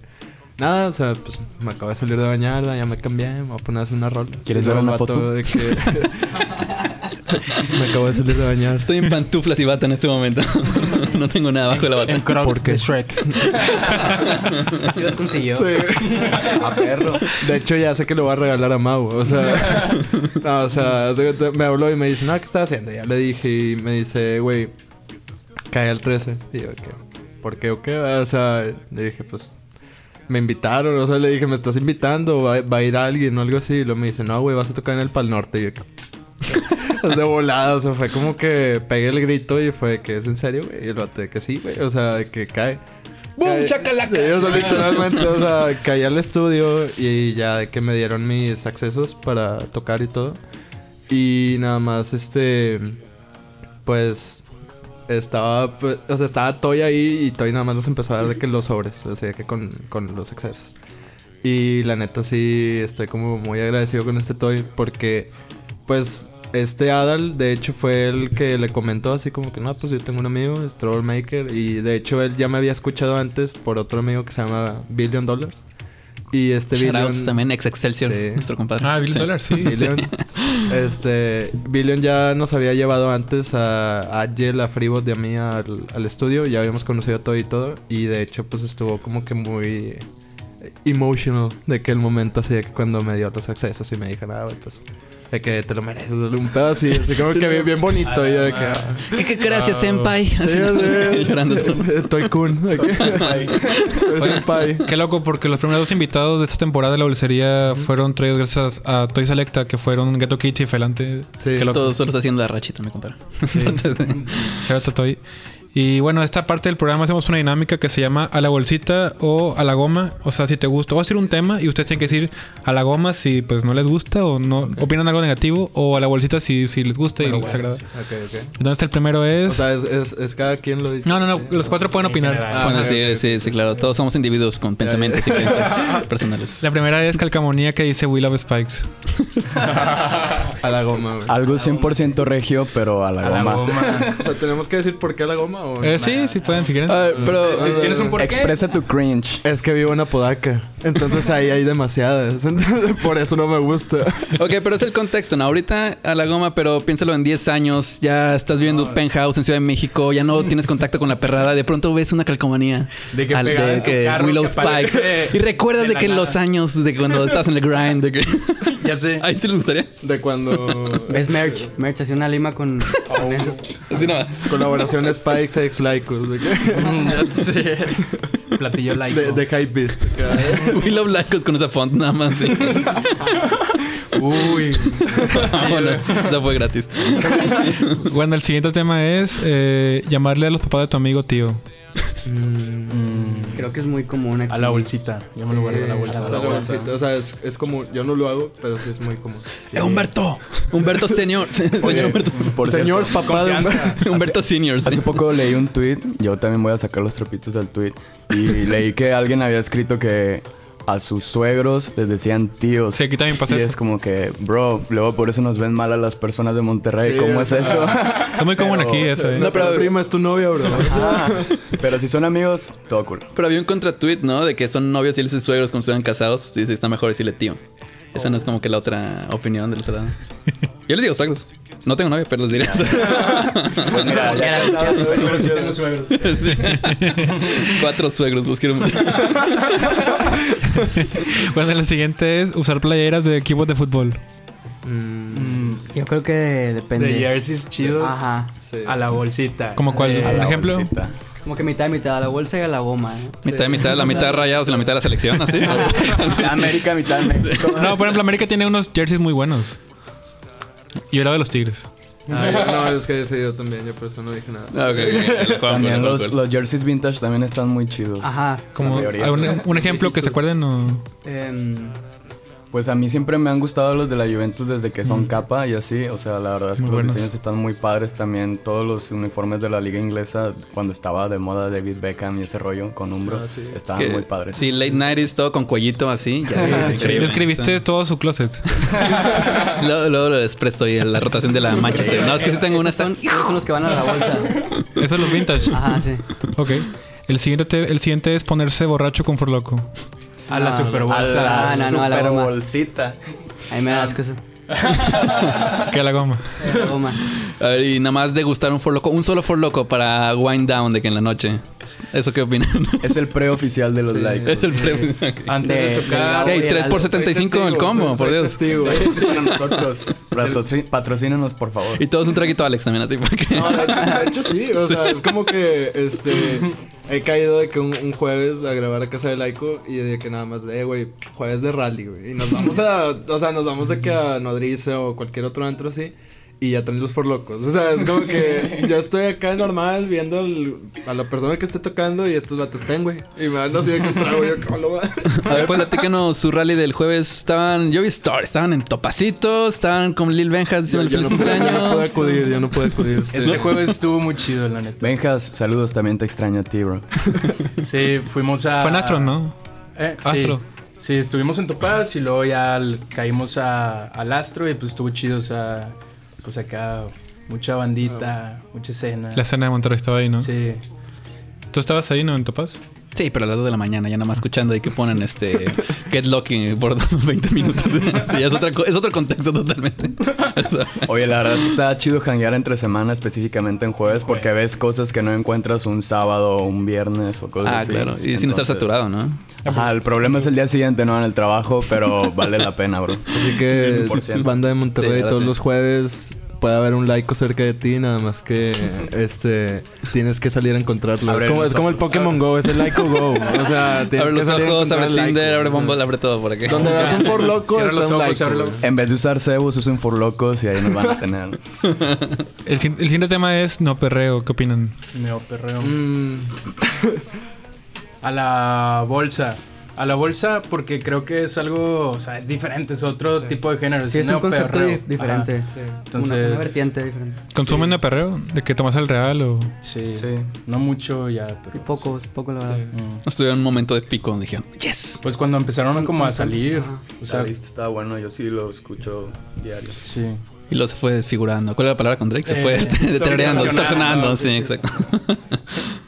S3: nada, o sea, pues me acabo de salir de bañar, ya me cambié, me voy a poner a hacer una rola.
S6: ¿Quieres
S3: Y luego
S6: ver una
S3: el vato
S6: foto?
S3: de que- me acabo de salir de bañar.
S2: Estoy en pantuflas y bata en este momento. no tengo nada bajo la
S5: En
S2: bata.
S5: Crocs
S3: ¿Por qué?
S5: de Shrek.
S7: Sí los consiguió.
S6: A perro.
S3: De hecho, ya sé que lo va a regalar a Mau. O sea, no, o sea, haz de cuenta, me habló y me dice, no, ¿qué estás haciendo? Ya le dije y me dice, güey, cae al 13. Y yo, ¿qué? ¿Por qué o qué? O sea, le dije, pues, me invitaron. O sea, le dije, me estás invitando, va, va a ir alguien o algo así. Y luego me dice, no, güey, vas a tocar en el Pal Norte. Y yo, "¿Qué?". de volada, o sea, fue como que pegué el grito y fue que es en serio, güey. Y el vato de que sí, güey, o sea, de que cae.
S2: ¡Bum!
S3: Caí-
S2: ¡Chacalaca!
S3: Sí, o sea, literalmente, o sea, caí al estudio y ya de que me dieron mis accesos para tocar y todo. Y nada más, este. Pues. Estaba, pues, o sea, estaba Toy ahí y Toy nada más nos empezó a dar de que los sobres, o sea, que con, con los accesos. Y la neta sí estoy como muy agradecido con este Toy porque, pues, este Adal de hecho fue el que le comentó así como que, no, pues yo tengo un amigo, es Troublemaker, y de hecho él ya me había escuchado antes por otro amigo que se llama Billion Dollars. Y este
S2: Shoutouts
S3: Billion...
S2: también, ex Excelsior,
S3: Sí.
S2: nuestro compadre.
S1: Ah, Bill
S2: Sí.
S1: Dollar, sí.
S3: Billion. Este, Billion ya nos había llevado antes a Agile, a Freebot y a mí al, al estudio. Ya habíamos conocido todo y todo. Y de hecho, pues estuvo como que muy emotional de que el momento así de que cuando me dio los accesos y me dijeron, ah, güey, pues de que te lo mereces, un pedo así, así como que bien, bien bonito. Y yo de que, ah,
S2: ¿Qué, qué gracias, Senpai.
S3: sí,
S2: Así,
S3: sí,
S2: llorando todos.
S3: Estoy cool. de que- Senpai.
S1: Qué loco, porque los primeros invitados de esta temporada de la bolsería fueron traídos gracias a Toy Selecta, que fueron Ghetto Kids y Felante.
S3: Sí.
S1: Qué loco.
S2: Todo solo está haciendo la rachita, me comparo.
S1: Shout out a Toy. Y bueno, esta parte del programa hacemos una dinámica que se llama a la bolsita o a la goma. O sea, si te gusta, o hacer un tema y ustedes tienen que decir a la goma si pues no les gusta o no opinan algo negativo, o a la bolsita si, si les gusta y les agrada.
S3: Ok, ok.
S1: Entonces el primero
S3: O
S1: es...
S3: sea, es, es, es cada quien lo dice.
S1: no, no, no, los cuatro pueden opinar.
S2: Ah,
S1: Ah,
S2: Bueno, sí, sí, sí, claro. Todos somos individuos con pensamientos y creencias personales.
S1: La primera es Calcamonía que dice We Love Spikes.
S3: A la goma, güey.
S6: Algo 100% regio, pero a la
S5: A la
S6: goma.
S5: goma.
S3: O sea, ¿tenemos que decir por qué a la goma o
S1: Eh, sí, sí pueden, si quieren.
S3: Ah,
S6: A ver,
S5: ¿Tien-
S6: pero
S5: eh, ¿Tienes un porqué?
S6: expresa tu cringe.
S3: eh, Es que vivo en Apodaca. Entonces ahí hay demasiadas. Entonces, por eso no me gusta.
S2: Ok, pero es el contexto, ¿no? Ahorita a la goma, pero piénsalo en 10 años. Ya estás viviendo un penthouse en Ciudad de México. Ya no tienes contacto con la perrada. De pronto ves una calcomanía.
S5: De que pegada en tu carro
S2: Willow
S5: que
S2: Spikes.
S5: aparece
S2: Y recuerdas
S5: de
S2: de
S5: la
S2: que
S5: nada.
S2: los años de cuando estás en el grind. De que...
S5: Ya sé.
S2: Ahí sí les gustaría.
S3: De cuando.
S7: ¿Ves merch? Merch hacía una lima con...
S5: Oh.
S7: con eso.
S2: Así nada más.
S3: Colaboración Spikes X Lycos. De, que-
S5: Ya sé. Platillo laico.
S3: de, de Hype Beast.
S2: We love Lycos con esa font, nada más. sí.
S5: Uy.
S2: Vámonos. Esa fue gratis.
S1: Bueno, el
S3: Mm.
S1: siguiente tema es eh, llamarle a los papás de tu amigo tío.
S7: Creo que es muy común aquí.
S5: A la bolsita. Yo me lo guardo a la bolsa.
S3: O sea, bolsita, o sea, es, es común. Yo no lo hago, pero sí es muy común.
S2: ¡Eh, Humberto! Humberto Senior. Señor Humberto.
S6: Por
S3: Señor
S6: cierto,
S3: papá de Humberto.
S2: Humberto Senior. sí.
S6: Hace poco leí un tweet, yo también voy a sacar los trapitos del tweet, y leí que alguien había escrito que a sus suegros les decían tíos.
S1: Sí, aquí también pasa
S6: y
S1: eso.
S6: es como que, bro, luego por eso nos ven mal a las personas de Monterrey, ¿cómo es eso?
S1: Es muy común
S6: Pero-
S1: aquí eso. eh.
S6: No, pero,
S3: Prima, es tu novia, bro.
S6: pero si son amigos, todo cool.
S2: Pero había un contratweet, ¿no? De que son novios y él y sus suegros cuando estuvieran casados. Dice, está mejor decirle tío. Esa no es como que la otra opinión del otro lado. Yo les digo suegros. No tengo novia, pero les diré eso.
S6: Pues mira, ya casados,
S5: Pero sí tengo suegros.
S2: Sí. Cuatro suegros, los quiero mucho.
S1: Bueno, la siguiente es usar playeras de equipos de fútbol.
S5: Mm,
S7: Yo creo que depende.
S5: De jerseys chidos
S7: Ajá.
S3: Sí.
S5: a la bolsita.
S1: ¿Como cuál?
S5: Eh,
S1: ¿Un
S6: la
S1: ejemplo?
S6: bolsita.
S7: Como que mitad y mitad, a la bolsa y a la goma. ¿eh?
S2: Mitad, mitad, la mitad rayados y la mitad de la selección, así.
S6: América, mitad México.
S1: No, por ejemplo, América tiene unos jerseys muy buenos. Y era de los Tigres.
S5: Ah,
S3: No, es que ese yo también. Yo por eso no dije nada.
S2: Ah, ok, ok, la juegan,
S6: También
S2: la
S6: los,
S2: juegan.
S6: los jerseys vintage también están muy chidos.
S7: Ajá.
S1: Como
S6: mayoría.
S1: algún- un ejemplo que se acuerden o...
S7: Em,
S6: Pues a mí siempre me han gustado los de la Juventus desde que son capa y así. O sea, la verdad es que
S1: Mm. Muy
S6: los
S1: buenos.
S6: diseños están muy padres también. Todos los uniformes de la liga inglesa, cuando estaba de moda David Beckham y ese rollo con hombros,
S3: Ah, sí.
S6: estaban
S2: Que-
S6: muy padres.
S2: Sí, late night is todo con cuellito así. Ya, increíble.
S1: Describiste todo su closet.
S2: Sí, Luego, luego les presto y la rotación de la Manchester. No, es que sí tengo una.
S7: esos son, esos son los que van a la bolsa.
S1: Eso es los vintage.
S7: Ajá, sí.
S1: Ok. El siguiente, te- el siguiente es ponerse borracho con forloco.
S5: A la
S7: Ah,
S5: superbolsa.
S7: Ah, no, no, a la goma.
S6: bolsita.
S7: A mí me da asco eso.
S1: Que a la goma.
S7: La goma.
S2: A ver, y nada más degustar un forloco, un solo forloco para wind down de que en la noche. ¿Eso qué opinan?
S6: Es el preoficial de los likes.
S2: es el premio.
S5: Antes de,
S7: De-
S5: tocar.
S7: de-
S2: Ey, 3 por 75 el combo, por Dios.
S6: Nosotros, patrocin- patrocínanos, por favor.
S2: Y todos un traguito Alex también, así porque.
S3: No, de hecho, Ah, de hecho sí, o sea, es como que este he caído de que un, un jueves a grabar a casa de Laico y de que nada más, eh, güey, jueves de rally, güey. Y nos vamos a, o sea, nos vamos de que a Nodriza o cualquier otro antro así. Y ya traen los forlocos. O sea, es como que yo estoy acá normal viendo al- a la persona que esté tocando y estos vatos estén, güey. Y me van así de que un trago, yo, ¿cómo lo va?
S2: A ver, platícanos su rally del jueves. Estaban, yo vi Star, estaban en Topacito, estaban con Lil Benjas diciendo el
S3: Yo
S2: feliz
S3: no pude, yo no pude
S2: cumpleaños.
S3: acudir, yo no pude acudir. este.
S5: Este jueves estuvo muy chido, la neta.
S6: Benjas, saludos, también te extraño a ti, bro.
S5: Sí, fuimos a.
S1: Fue en Astro, ¿no?
S5: Eh,
S1: Astro.
S5: Sí. Sí, estuvimos en Topaz y luego ya al- caímos a- al Astro y pues estuvo chido, o sea, pues acá mucha bandita, mucha escena.
S1: La escena de Monterrey estaba ahí, ¿no?
S5: Sí.
S1: ¿Tú estabas ahí, no, en Topaz?
S2: Sí, pero a las 2 de la mañana, ya nada más escuchando ahí que ponen este Get Lucky por 20 minutos. Sí, ya es, otra co- es otro contexto totalmente. Eso.
S6: Oye, la verdad es que está chido janguear entre semana, específicamente en jueves, porque ves cosas que no encuentras un sábado o un viernes o cosas
S2: Ah,
S6: así.
S2: claro. Y sin estar
S6: Entonces,
S2: saturado, ¿no?
S6: Ajá, el problema es el día siguiente, no en el trabajo, pero vale la pena, bro.
S3: Así que
S6: 100%.
S3: banda de
S2: Sí,
S3: Monterrey
S2: ahora
S3: todos
S2: sí.
S3: los jueves puede haber un laico cerca de ti, nada más que este tienes que salir a encontrarlo. Es
S6: Abre
S3: como,
S6: los
S3: es como el
S6: ojos.
S3: Pokémon Go, es el laico Go. O sea, tienes
S2: Abre
S3: que
S2: los
S3: salir a
S2: ojos,
S3: encontrar
S2: abre
S3: al
S2: Tinder,
S3: laico,
S2: abre
S3: o sea.
S2: Bumble, abre todo por aquí.
S3: Donde veas un por loco,
S5: Cierra
S3: está
S5: los
S3: un
S5: ojos,
S3: laico.
S5: abre los-
S3: güey.
S6: En vez de usar cebos, usen forlocos y ahí nos van a tener.
S1: El, si- el siguiente tema es no perreo. ¿Qué opinan?
S5: Neo perreo.
S3: Mm,
S5: A la bolsa. A la bolsa porque creo que es algo, o sea, es diferente, es otro tipo de género.
S7: Sí, es un
S5: neo
S7: concepto
S5: perreo.
S7: di- diferente.
S1: Ah,
S5: Ajá.
S7: Una- Una,
S5: Entonces,
S7: vertiente diferente.
S1: ¿Consumen de perreo? ¿De que tomas el real o...?
S5: sí, no mucho ya,
S7: Y
S5: pero...
S7: poco, poco la verdad.
S5: Mm.
S2: Estuvieron en un momento de pico donde dijeron, yes.
S5: Pues cuando empezaron como a salir,
S7: Ajá.
S5: o sea,
S6: está bueno, yo sí lo escucho diario.
S5: sí.
S2: Y luego se fue desfigurando. ¿Cuál era la palabra con Drake? Se
S5: Eh,
S2: fue este, deteriorando,
S5: distorsionando.
S2: distorsionando. Sí, exacto.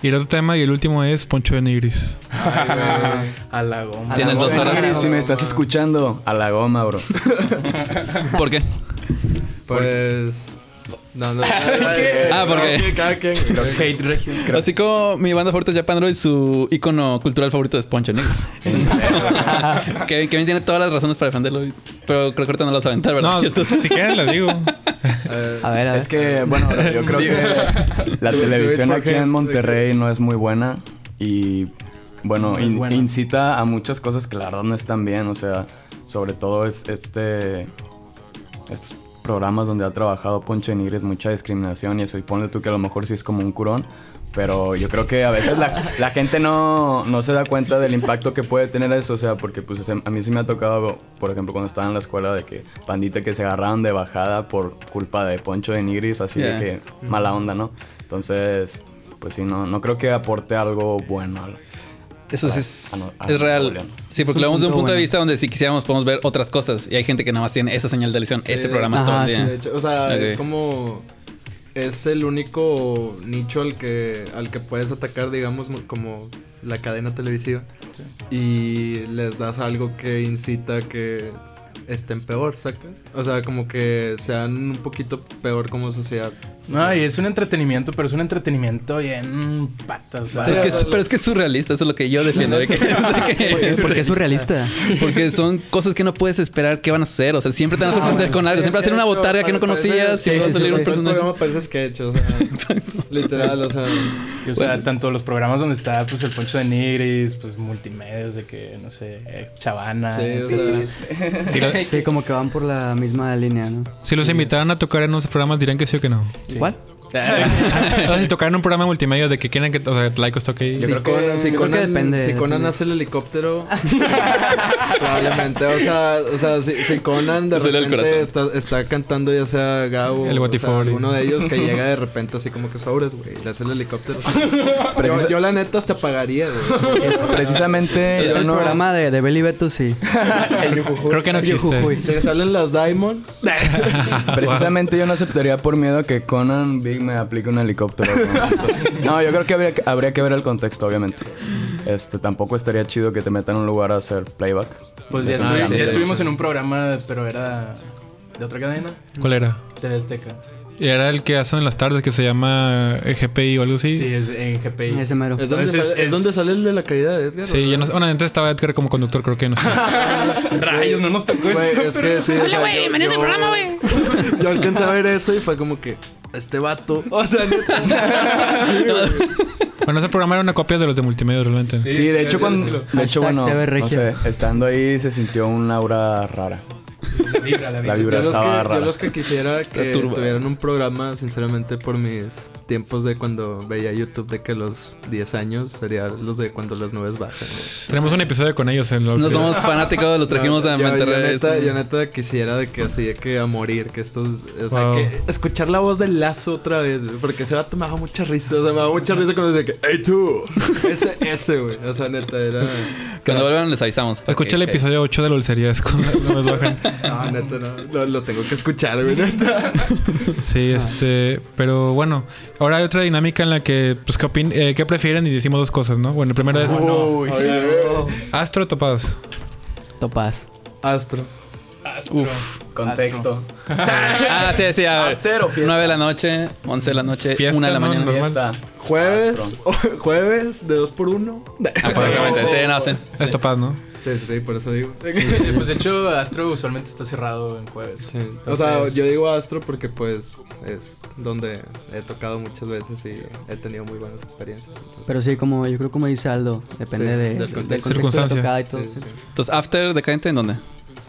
S1: Y el otro tema y el último es Poncho de Nigris.
S5: a la goma.
S2: Tienes
S5: A la
S2: dos
S5: goma.
S2: horas.
S6: Si me estás escuchando, a la goma, bro.
S2: ¿Por qué?
S3: pues no, no. ¿Qué?
S2: Ah, ¿por qué?
S3: Cada quien.
S5: Hate regio.
S2: Así como mi banda favorita es Japan Roy, su icono cultural favorito es Poncho Nix. Kevin, Kevin tiene todas las razones para defenderlo, pero creo que ahorita no las aventar, ¿verdad?
S1: No, si quieren les digo.
S5: Eh,
S7: A ver, a ver.
S6: Es que, bueno, yo creo que la televisión aquí en Monterrey no es muy buena y, bueno,
S5: No es
S6: in-
S5: buena.
S6: incita a muchas cosas que la verdad no están bien, o sea, sobre todo es este... Estos programas donde ha trabajado Poncho de Nigres mucha discriminación y eso. Y ponle tú que a lo mejor sí es como un curón. Pero yo creo que a veces la, la gente no, no se da cuenta del impacto que puede tener eso. O sea, porque pues a mí sí me ha tocado, por ejemplo, cuando estaba en la escuela, de que pandita que se agarraron de bajada por culpa de Poncho de Nigris, así de
S2: Yeah.
S6: que mala onda, ¿no? Entonces, pues sí, no, no creo que aporte algo bueno. al-
S2: Eso sí es,
S6: Ah, no, ah,
S2: es real.
S6: Napoleón.
S2: Sí, porque lo vemos de un punto de vista donde si quisiéramos podemos ver otras cosas. Y hay gente que nada más tiene esa señal de televisión, ese programa
S7: Ajá,
S2: todo el
S7: sí,
S2: día.
S3: De hecho, o sea,
S2: Ok.
S3: es como. Es el único nicho al que, al que puedes atacar, digamos, mu- como la cadena televisiva. Y les das algo que incita a que estén peor, ¿sacas? O sea, como que sean un poquito peor como sociedad.
S5: No, y es un entretenimiento, pero es un entretenimiento bien pata. O sea,
S2: Pero es, que, es- pero es que es surrealista, eso es lo que yo defiendo. de que- de que-
S7: Porque, porque es surrealista.
S2: porque son cosas que no puedes esperar que van a ser. O sea, siempre te van a sorprender con algo. Siempre va a ser una botarga que no conocías. Siempre va a salir un personaje.
S3: Este programa parece sketch, o sea, literal, o sea.
S5: Y, o sea,
S2: Bueno.
S5: tanto los programas donde está pues el Poncho de Nigris, pues multimedios de que, no sé, eh, Chavana.
S3: Sí, o
S5: etcétera.
S3: sea.
S7: Sí, como que van por la misma línea, ¿no?
S1: Si los invitaran a tocar en unos programas, dirían que sí o que no.
S7: ¿Cuál?
S1: O sea, si tocaran un programa multimedia de que quieran que, o sea, Laicos toque ahí.
S3: Si Conan, si
S7: yo creo que
S3: Conan-
S7: depende,
S3: si Conan
S7: depende.
S3: hace el helicóptero, probablemente. O sea, o sea si, si Conan de
S2: Le sale el
S3: repente está, está cantando, ya sea Gabo,
S1: El
S3: o sea,
S1: Guatifoli.
S3: alguno de ellos que llega de repente así como que sobres, güey, le hace el helicóptero. yo, yo la neta hasta pagaría, güey.
S6: Precisamente,
S7: Es
S6: yo
S7: Este, el
S6: no,
S7: programa de, de Belly Beto, sí.
S1: Creo que no existe.
S3: Se salen las Diamond.
S6: precisamente yo no aceptaría por miedo que Conan Big me aplique un helicóptero. ¿no? No, yo creo que habría, que- habría que ver el contexto, obviamente. Este, tampoco estaría chido que te metan a un lugar a hacer playback.
S5: Pues ya,
S6: Ah,
S5: estuvi-
S6: sí,
S5: ya
S6: sí,
S5: estuvimos en un programa, pero era de otra cadena,
S1: ¿Cuál era?
S5: TV Azteca.
S1: Era el que hacen en las tardes que se llama eh, GPI o algo así.
S5: Sí,
S1: Sí,
S5: es en GPI.
S7: Ese mero.
S3: eh, Es donde,
S5: Entonces,
S3: sale, es
S5: es-
S3: donde sale el de la caída de Edgar.
S1: yo no sé. Bueno, antes estaba Edgar como conductor, creo que no. sé.
S5: Rayos, no nos tocó eso.
S3: Güey, es que sí, o sea, yo- yo-
S9: güey.
S3: Yo alcancé a ver eso y fue como que, este vato. O sea, neta.
S1: bueno, ese programa era una copia de los de multimedia realmente.
S6: Sí, de hecho,
S5: ese
S6: cuando,
S5: estilo.
S6: de hecho
S7: Hashtag
S6: bueno,
S7: TV
S6: no
S7: Regia.
S6: sé, estando ahí se sintió un aura rara.
S5: La vibra,
S6: La
S5: la vibra.
S6: vibra
S3: Yo los,
S6: estaba
S3: que, yo
S6: rara.
S3: los que quisiera que
S2: turbado.
S3: tuvieran un programa, sinceramente, por mis tiempos de cuando veía YouTube de que los 10 años sería los de cuando las nubes bajan. güey.
S1: Tenemos un episodio con ellos en los.
S2: No somos fanáticos, lo trajimos a
S3: Yo- yo
S2: Monterrey.
S3: neta-
S2: sí.
S3: Yo neta quisiera de que así de que a morir, que estos... O sea,
S1: Wow.
S3: que escuchar la voz del Lazo otra vez, güey, porque ese vato me daba mucha risa, o sea, me daba mucha risa cuando decía que ¡Ey, tú! Ese, ese, güey. O sea, neta, era...
S2: Cuando vuelvan les avisamos. para
S1: Escucha
S2: que-
S1: el episodio 8 de la dulcería. es cuando las nubes bajan.
S3: No, neta, no. Lo, lo tengo que escuchar, güey, neta.
S1: Sí,
S2: Ah.
S1: este, pero bueno, ahora hay otra dinámica en la que, pues, ¿qué, opin- eh, qué prefieren? Y decimos dos cosas, ¿no? Bueno, la primera es
S3: Uy,
S1: Astro o Topaz.
S7: Topaz.
S3: Astro.
S2: Uf.
S6: Contexto.
S2: Ah, sí, sí, a ver. 9 de la noche, 11 de la noche,
S1: Fiesta,
S2: 1 de la
S1: ¿no?
S2: mañana.
S1: Normal.
S6: Fiesta.
S3: Jueves, jueves de 2 por 1
S2: pues, Exactamente, sí, no, sí.
S1: Es Topaz, ¿no?
S3: Sí, sí, sí, por eso digo.
S5: Eh, Pues de hecho, Astro usualmente está cerrado en jueves.
S3: Sí, O sea, yo digo astro porque pues es donde he tocado muchas veces y he tenido muy buenas experiencias. entonces,
S7: Pero sí, como yo creo como dice Aldo, depende
S3: Sí,
S7: de,
S3: del
S7: del
S3: contexto.
S7: contexto de la
S1: Circunstancia.
S7: tocada y todo.
S3: sí, sí, sí.
S2: Entonces, after decadente, ¿en dónde?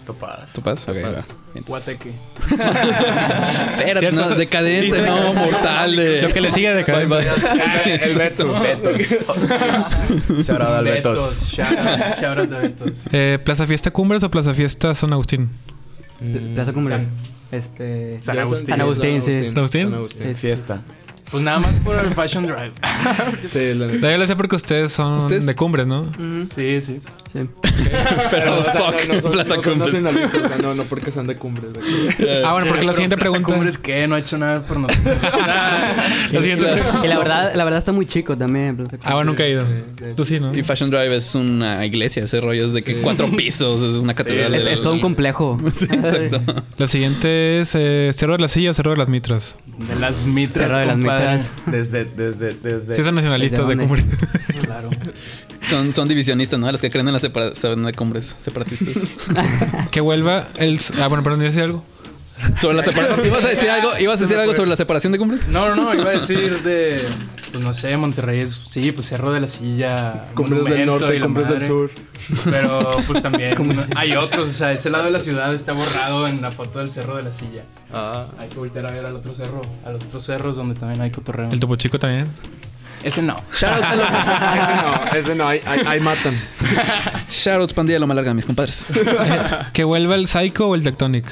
S6: Topadas.
S2: ¿Topas? Ok, va. Entonces-
S5: Guateque.
S2: Espérate,
S1: Cierto,
S2: no, es decadente, no, mortal. De...
S1: Lo que le sigue de
S2: Bye,
S1: cadena.
S2: bye.
S5: Ah, El Beto.
S6: Betos. Shout out al
S5: Betos.
S6: Betos.
S5: Shout out- shout out a Betos.
S1: Eh, ¿Plaza Fiesta Cumbres o Plaza Fiesta San Agustín?
S7: Plaza Cumbre.
S5: San-
S7: Este.
S5: San
S3: Yo
S5: Agustín.
S7: San Agustín, sí.
S1: ¿San Agustín?
S3: San Agustín.
S6: Fiesta.
S5: Pues nada más por el Fashion Drive.
S3: Sí, la neta.
S1: La yo lo sé porque ustedes son
S2: ¿Ustedes?
S1: de Cumbres, ¿no?
S5: Sí, sí.
S7: sí.
S2: Pero, fuck,
S3: No son-
S2: Plaza
S3: no son
S2: Cumbres.
S3: nacionalistas, o sea, No, no porque sean de cumbres. de aquí.
S1: Ah, bueno, porque la
S5: Pero
S1: siguiente
S5: Plaza
S1: pregunta...
S5: Cumbres, ¿qué? No ha hecho nada por nosotros.
S1: La siguiente...
S7: Y la verdad, la verdad está muy chico también. Plaza
S1: Ah, bueno, nunca he ido. Tú sí, ¿no?
S2: Y Fashion Drive es una iglesia, ese rollo es de que cuatro pisos, es una catedral.
S7: Es,
S2: de la-
S7: es todo un complejo.
S2: Sí, exacto.
S1: La siguiente es eh, Cerro de la Silla o Cerro de las Mitras.
S5: De las mitras,
S7: Cerro de las
S5: compadre.
S7: Mitras.
S6: Desde, desde, desde.
S1: Sí, son nacionalistas de
S7: ¿Desde
S1: Cumbres.
S7: dónde?
S5: Claro.
S2: Son, son divisionistas, ¿no? Los que creen en la separación de cumbres separatistas.
S1: Que vuelva el... Ah, bueno, perdón, ¿iba a decir algo?
S2: Sobre la separación. ¿Ibas a decir algo? ¿Ibas a decir algo sobre la separación de cumbres?
S5: No, no, no, iba a decir de, pues no sé, Monterrey es, sí, pues Cerro de la Silla.
S3: Cumbres del
S5: Monumento
S3: norte,
S5: y la
S3: cumbres del
S5: madre.
S3: sur.
S5: Pero pues también hay otros, o sea, ese lado de la ciudad está borrado en la foto del Cerro de la Silla.
S3: Ah.
S5: Hay que voltear a ver al otro cerro, a los otros cerros donde también hay cotorreo.
S1: El Topo Chico también.
S5: Ese no.
S2: Shoutouts a
S3: Ese no,
S2: los-
S3: ese no, ahí, ahí- ahí matan.
S2: Shoutouts pandilla lo más larga, mis compadres.
S1: que vuelva el Psycho o el Tectonic.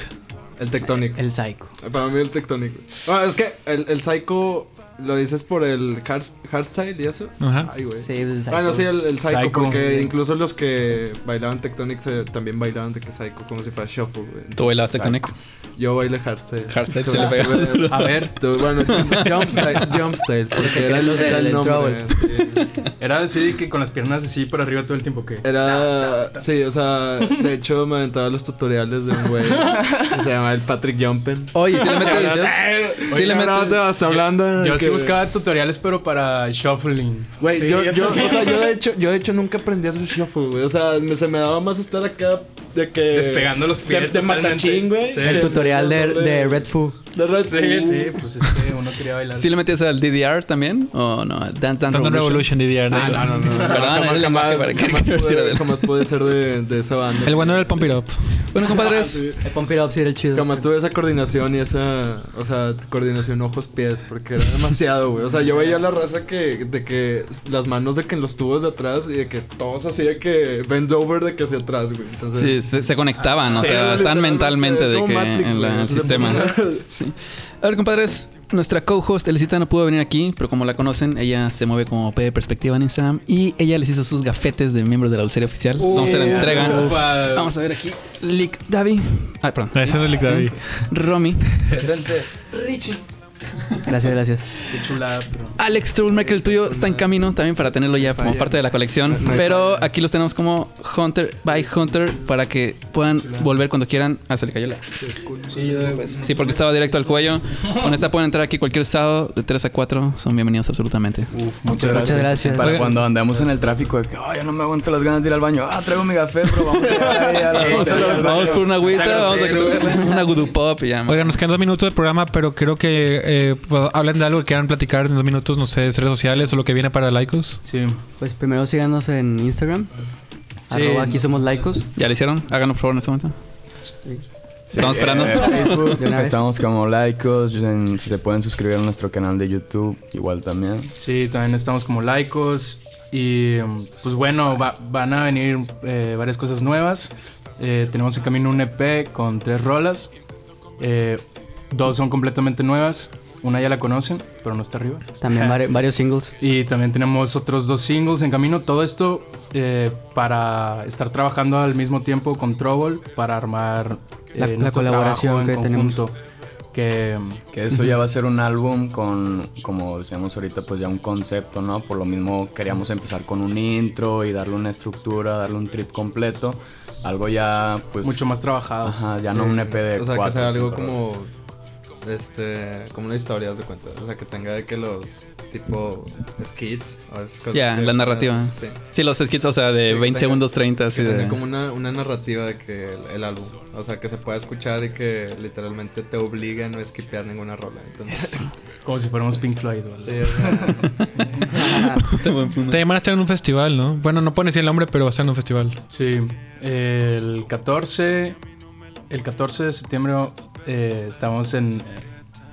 S3: El tectónico.
S7: El psycho.
S3: Eh, Para mí el tectónico. Bueno, es que el, el psycho lo dices por el hard, hardstyle y eso.
S1: Ajá.
S3: Ay, güey.
S7: Sí, el psycho.
S3: Bueno, sí, el, el psycho,
S5: Psycho.
S3: porque incluso los que bailaban Tectonic se- también bailaban de que psycho, como si fuera shuffle, güey.
S2: Tú bailabas tectónico.
S3: Yo bailé hardstyle.
S2: Hardstyle se le pegaba
S3: Tuve-
S2: duro.
S5: A ver,
S3: tuve- bueno, jumpstyle, jumpstyle, porque era el,
S7: Los de-
S3: era el
S7: del
S3: nombre. sí.
S5: era así que con las piernas así por arriba todo el tiempo que...
S3: Era, sí, o sea, de hecho me aventaba los tutoriales de un güey que se llamaba el Patrick Jumpen.
S2: Oye, si le metes.
S3: Sí,
S2: le
S3: le
S2: metes-
S3: hasta hablando.
S5: Yo sí
S3: que-
S5: buscaba tutoriales, pero para shuffling.
S3: Güey,
S5: Sí,
S3: yo, yo,
S5: también.
S3: o sea, yo de hecho, yo de hecho nunca aprendí a hacer shuffle, güey. O sea, me- se me daba más estar acá de que.
S5: Despegando los pies
S3: De, de
S5: totalmente.
S3: matachín, güey.
S5: Sí.
S7: El tutorial de, de Red Foo.
S3: De Red
S5: Sí,
S3: Bull.
S5: sí, pues es que uno quería bailar.
S2: ¿Sí le metías al DDR también? ¿O no? Dance Dance
S1: Tanto
S2: Revolution.
S1: Revolution DDR. ¿no?
S2: Ah, no, no. Perdón, es el lenguaje para que
S3: Jamás
S2: que decir
S3: pude,
S2: del-
S3: jamás pude ser de, de esa banda. Ah,
S1: El bueno era el Pump It Up.
S2: Bueno, compadres.
S7: El Pump It Up sí era el chido.
S3: Jamás tuve esa coordinación y esa, o sea, coordinación ojos-pies, porque era demasiado, güey. O sea, yo veía la raza que, de que las manos de que en los tubos de atrás y de que todos así de que bend over de que hacia atrás, güey. Entonces,
S2: Sí, se, se conectaban, o sea, están mentalmente de que en, la- en el sistema. Sí. A ver, compadres, nuestra co-host Elisita no pudo venir aquí, pero como la conocen, ella se mueve como P de perspectiva en Instagram y ella les hizo sus gafetes de miembros de la dulcería oficial. Entonces, vamos a hacer la entrega. Vamos a ver aquí. Lick Davi. Ay, perdón.
S1: Ah, ese es el Lick Davi.
S2: Romy.
S6: Presente.
S7: Gracias, gracias.
S5: Qué chulada, pero...
S2: Alex Troublemaker, el tuyo está en camino también para tenerlo ya como parte de la colección. Pero aquí los tenemos como Hunter by Hunter para que puedan volver cuando quieran. Ah, se le cayó la.
S5: Sí, yo
S2: Sí, porque estaba directo al cuello. Con esta pueden entrar aquí cualquier sábado de 3 a 4. Son bienvenidos absolutamente.
S6: Muchas gracias.
S7: Muchas gracias.
S6: Para
S1: Oigan.
S6: cuando andamos en el tráfico, de que, ay, ya no me aguanto las ganas de ir al baño. Ah, traigo mi café, pero vamos a ir a la
S2: Vamos por una agüita, vamos a
S5: grosero.
S2: una gudupop y ya. man.
S1: Oigan, nos quedan dos minutos de programa, pero creo que eh, pues, hablen de algo que quieran platicar en dos minutos, no sé, redes sociales o lo que viene para laicos.
S5: Sí.
S7: Pues primero síganos en Instagram.
S5: Sí.
S7: Arroba aquí somos laicos.
S2: ¿Ya lo hicieron? Háganlo por favor en este momento. Estamos esperando.
S6: Eh, Facebook,
S7: De una vez.
S6: estamos como laicos. en- Si se pueden suscribir a nuestro canal de YouTube, igual también.
S5: Sí, también estamos como laicos. Y mm, pues bueno, va- van a venir eh, varias cosas nuevas. Eh, tenemos en camino un EP con tres rolas. Eh, dos son completamente nuevas. Una ya la conocen, pero no está arriba.
S7: También vari- varios singles.
S5: Y también tenemos otros dos singles en camino. Todo esto eh, para estar trabajando al mismo tiempo con Trouble para armar eh,
S7: La- la
S5: nuestro
S7: colaboración
S5: trabajo en
S7: que tenemos.
S5: conjunto. Que mm,
S6: Que eso ya va a ser un álbum con, como decíamos ahorita, pues ya un concepto, ¿no? Por lo mismo queríamos empezar con un intro y darle una estructura, darle un trip completo. Algo ya, pues.
S5: mucho más trabajado.
S6: Ajá, ya no un EP de.
S3: O sea, que
S6: cuatro,
S3: sea algo
S6: cinco rolas.
S3: como. Este. Como una historia, haz de cuenta. O sea, que tenga de que los. Tipo. Skits. o es cosa
S2: Ya,
S3: que-
S2: la narrativa.
S3: Sí.
S2: Sí, los skits, o sea, de
S3: Sí,
S2: 20
S3: tenga-
S2: segundos 30. Así
S3: Que tenga
S2: de-
S3: como una, una narrativa de que el, el álbum. O sea, que se pueda escuchar y que literalmente te obliga a no esquipear ninguna rola. Entonces.
S5: Como si fuéramos Pink Floyd. o algo.
S3: Sí, o sea,
S1: También van a estar en un festival, ¿no? Bueno, no pueden decir el nombre, pero va a estar en un festival.
S5: Sí, el 14, el 14 de septiembre eh, estamos en eh,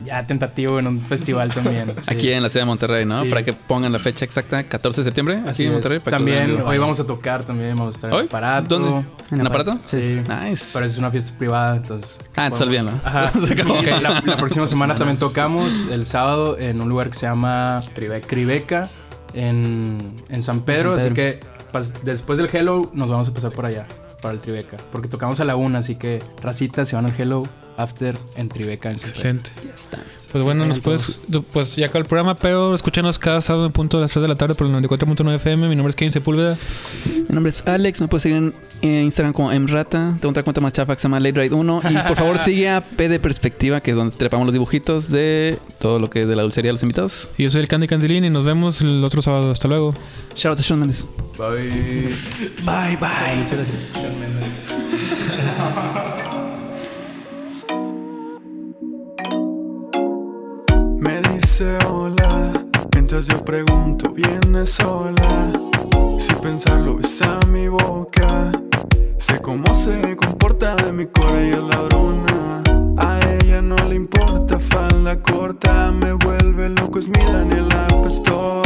S5: ya tentativo en un festival también. sí.
S2: Aquí en la ciudad de Monterrey, ¿no?
S5: Sí.
S2: Para que pongan la fecha exacta, 14 de septiembre, aquí
S5: Así
S2: en
S5: es.
S2: Monterrey. para que
S5: También
S2: lo vean.
S5: hoy vamos a tocar, también vamos a estar en
S2: ¿Hoy?
S5: el aparato.
S2: ¿Dónde? ¿En aparato?
S5: Sí.
S2: Nice.
S5: Pero es una fiesta privada, entonces.
S2: Ah, entonces olvídalo.
S5: Ajá.
S2: Se acabó.
S5: Y la, la próxima semana también tocamos eh. el sábado en un lugar que se llama
S6: Tribeca.
S5: Tribeca, en, en San Pedro.
S7: San
S5: Así
S7: Pedro.
S5: que pas- después del Hello nos vamos a pasar por allá, para el Tribeca. Porque tocamos a la una, así que racita se van al Hello After en Tribeca en San Pedro.
S1: Excelente.
S2: Ya está.
S1: Pues bueno, nos puedes, pues ya acabó el programa, pero escúchanos cada sábado en punto a las 3 de la tarde por el 94.9 FM. Mi nombre es Kevin Sepúlveda.
S2: Mi nombre es Alex, me puedes seguir en eh, Instagram como mrata, tengo otra cuenta más chafa que se llama Late Ride 1 y por favor sigue a P de Perspectiva, que es donde trepamos los dibujitos de todo lo que es de la dulcería de los invitados.
S1: Y yo soy el Candy Candilín y nos vemos el otro sábado. Hasta luego.
S2: Shout out a Sean Mendes.
S6: Bye.
S2: Bye, bye.
S8: Me dice hola, entonces Mientras yo pregunto, ¿vienes sola? Si pensarlo besa mi boca. Sé cómo se comporta de mi cora y es ladrona. A ella no le importa falda corta, me vuelve loco, es mi Daniela Pestor.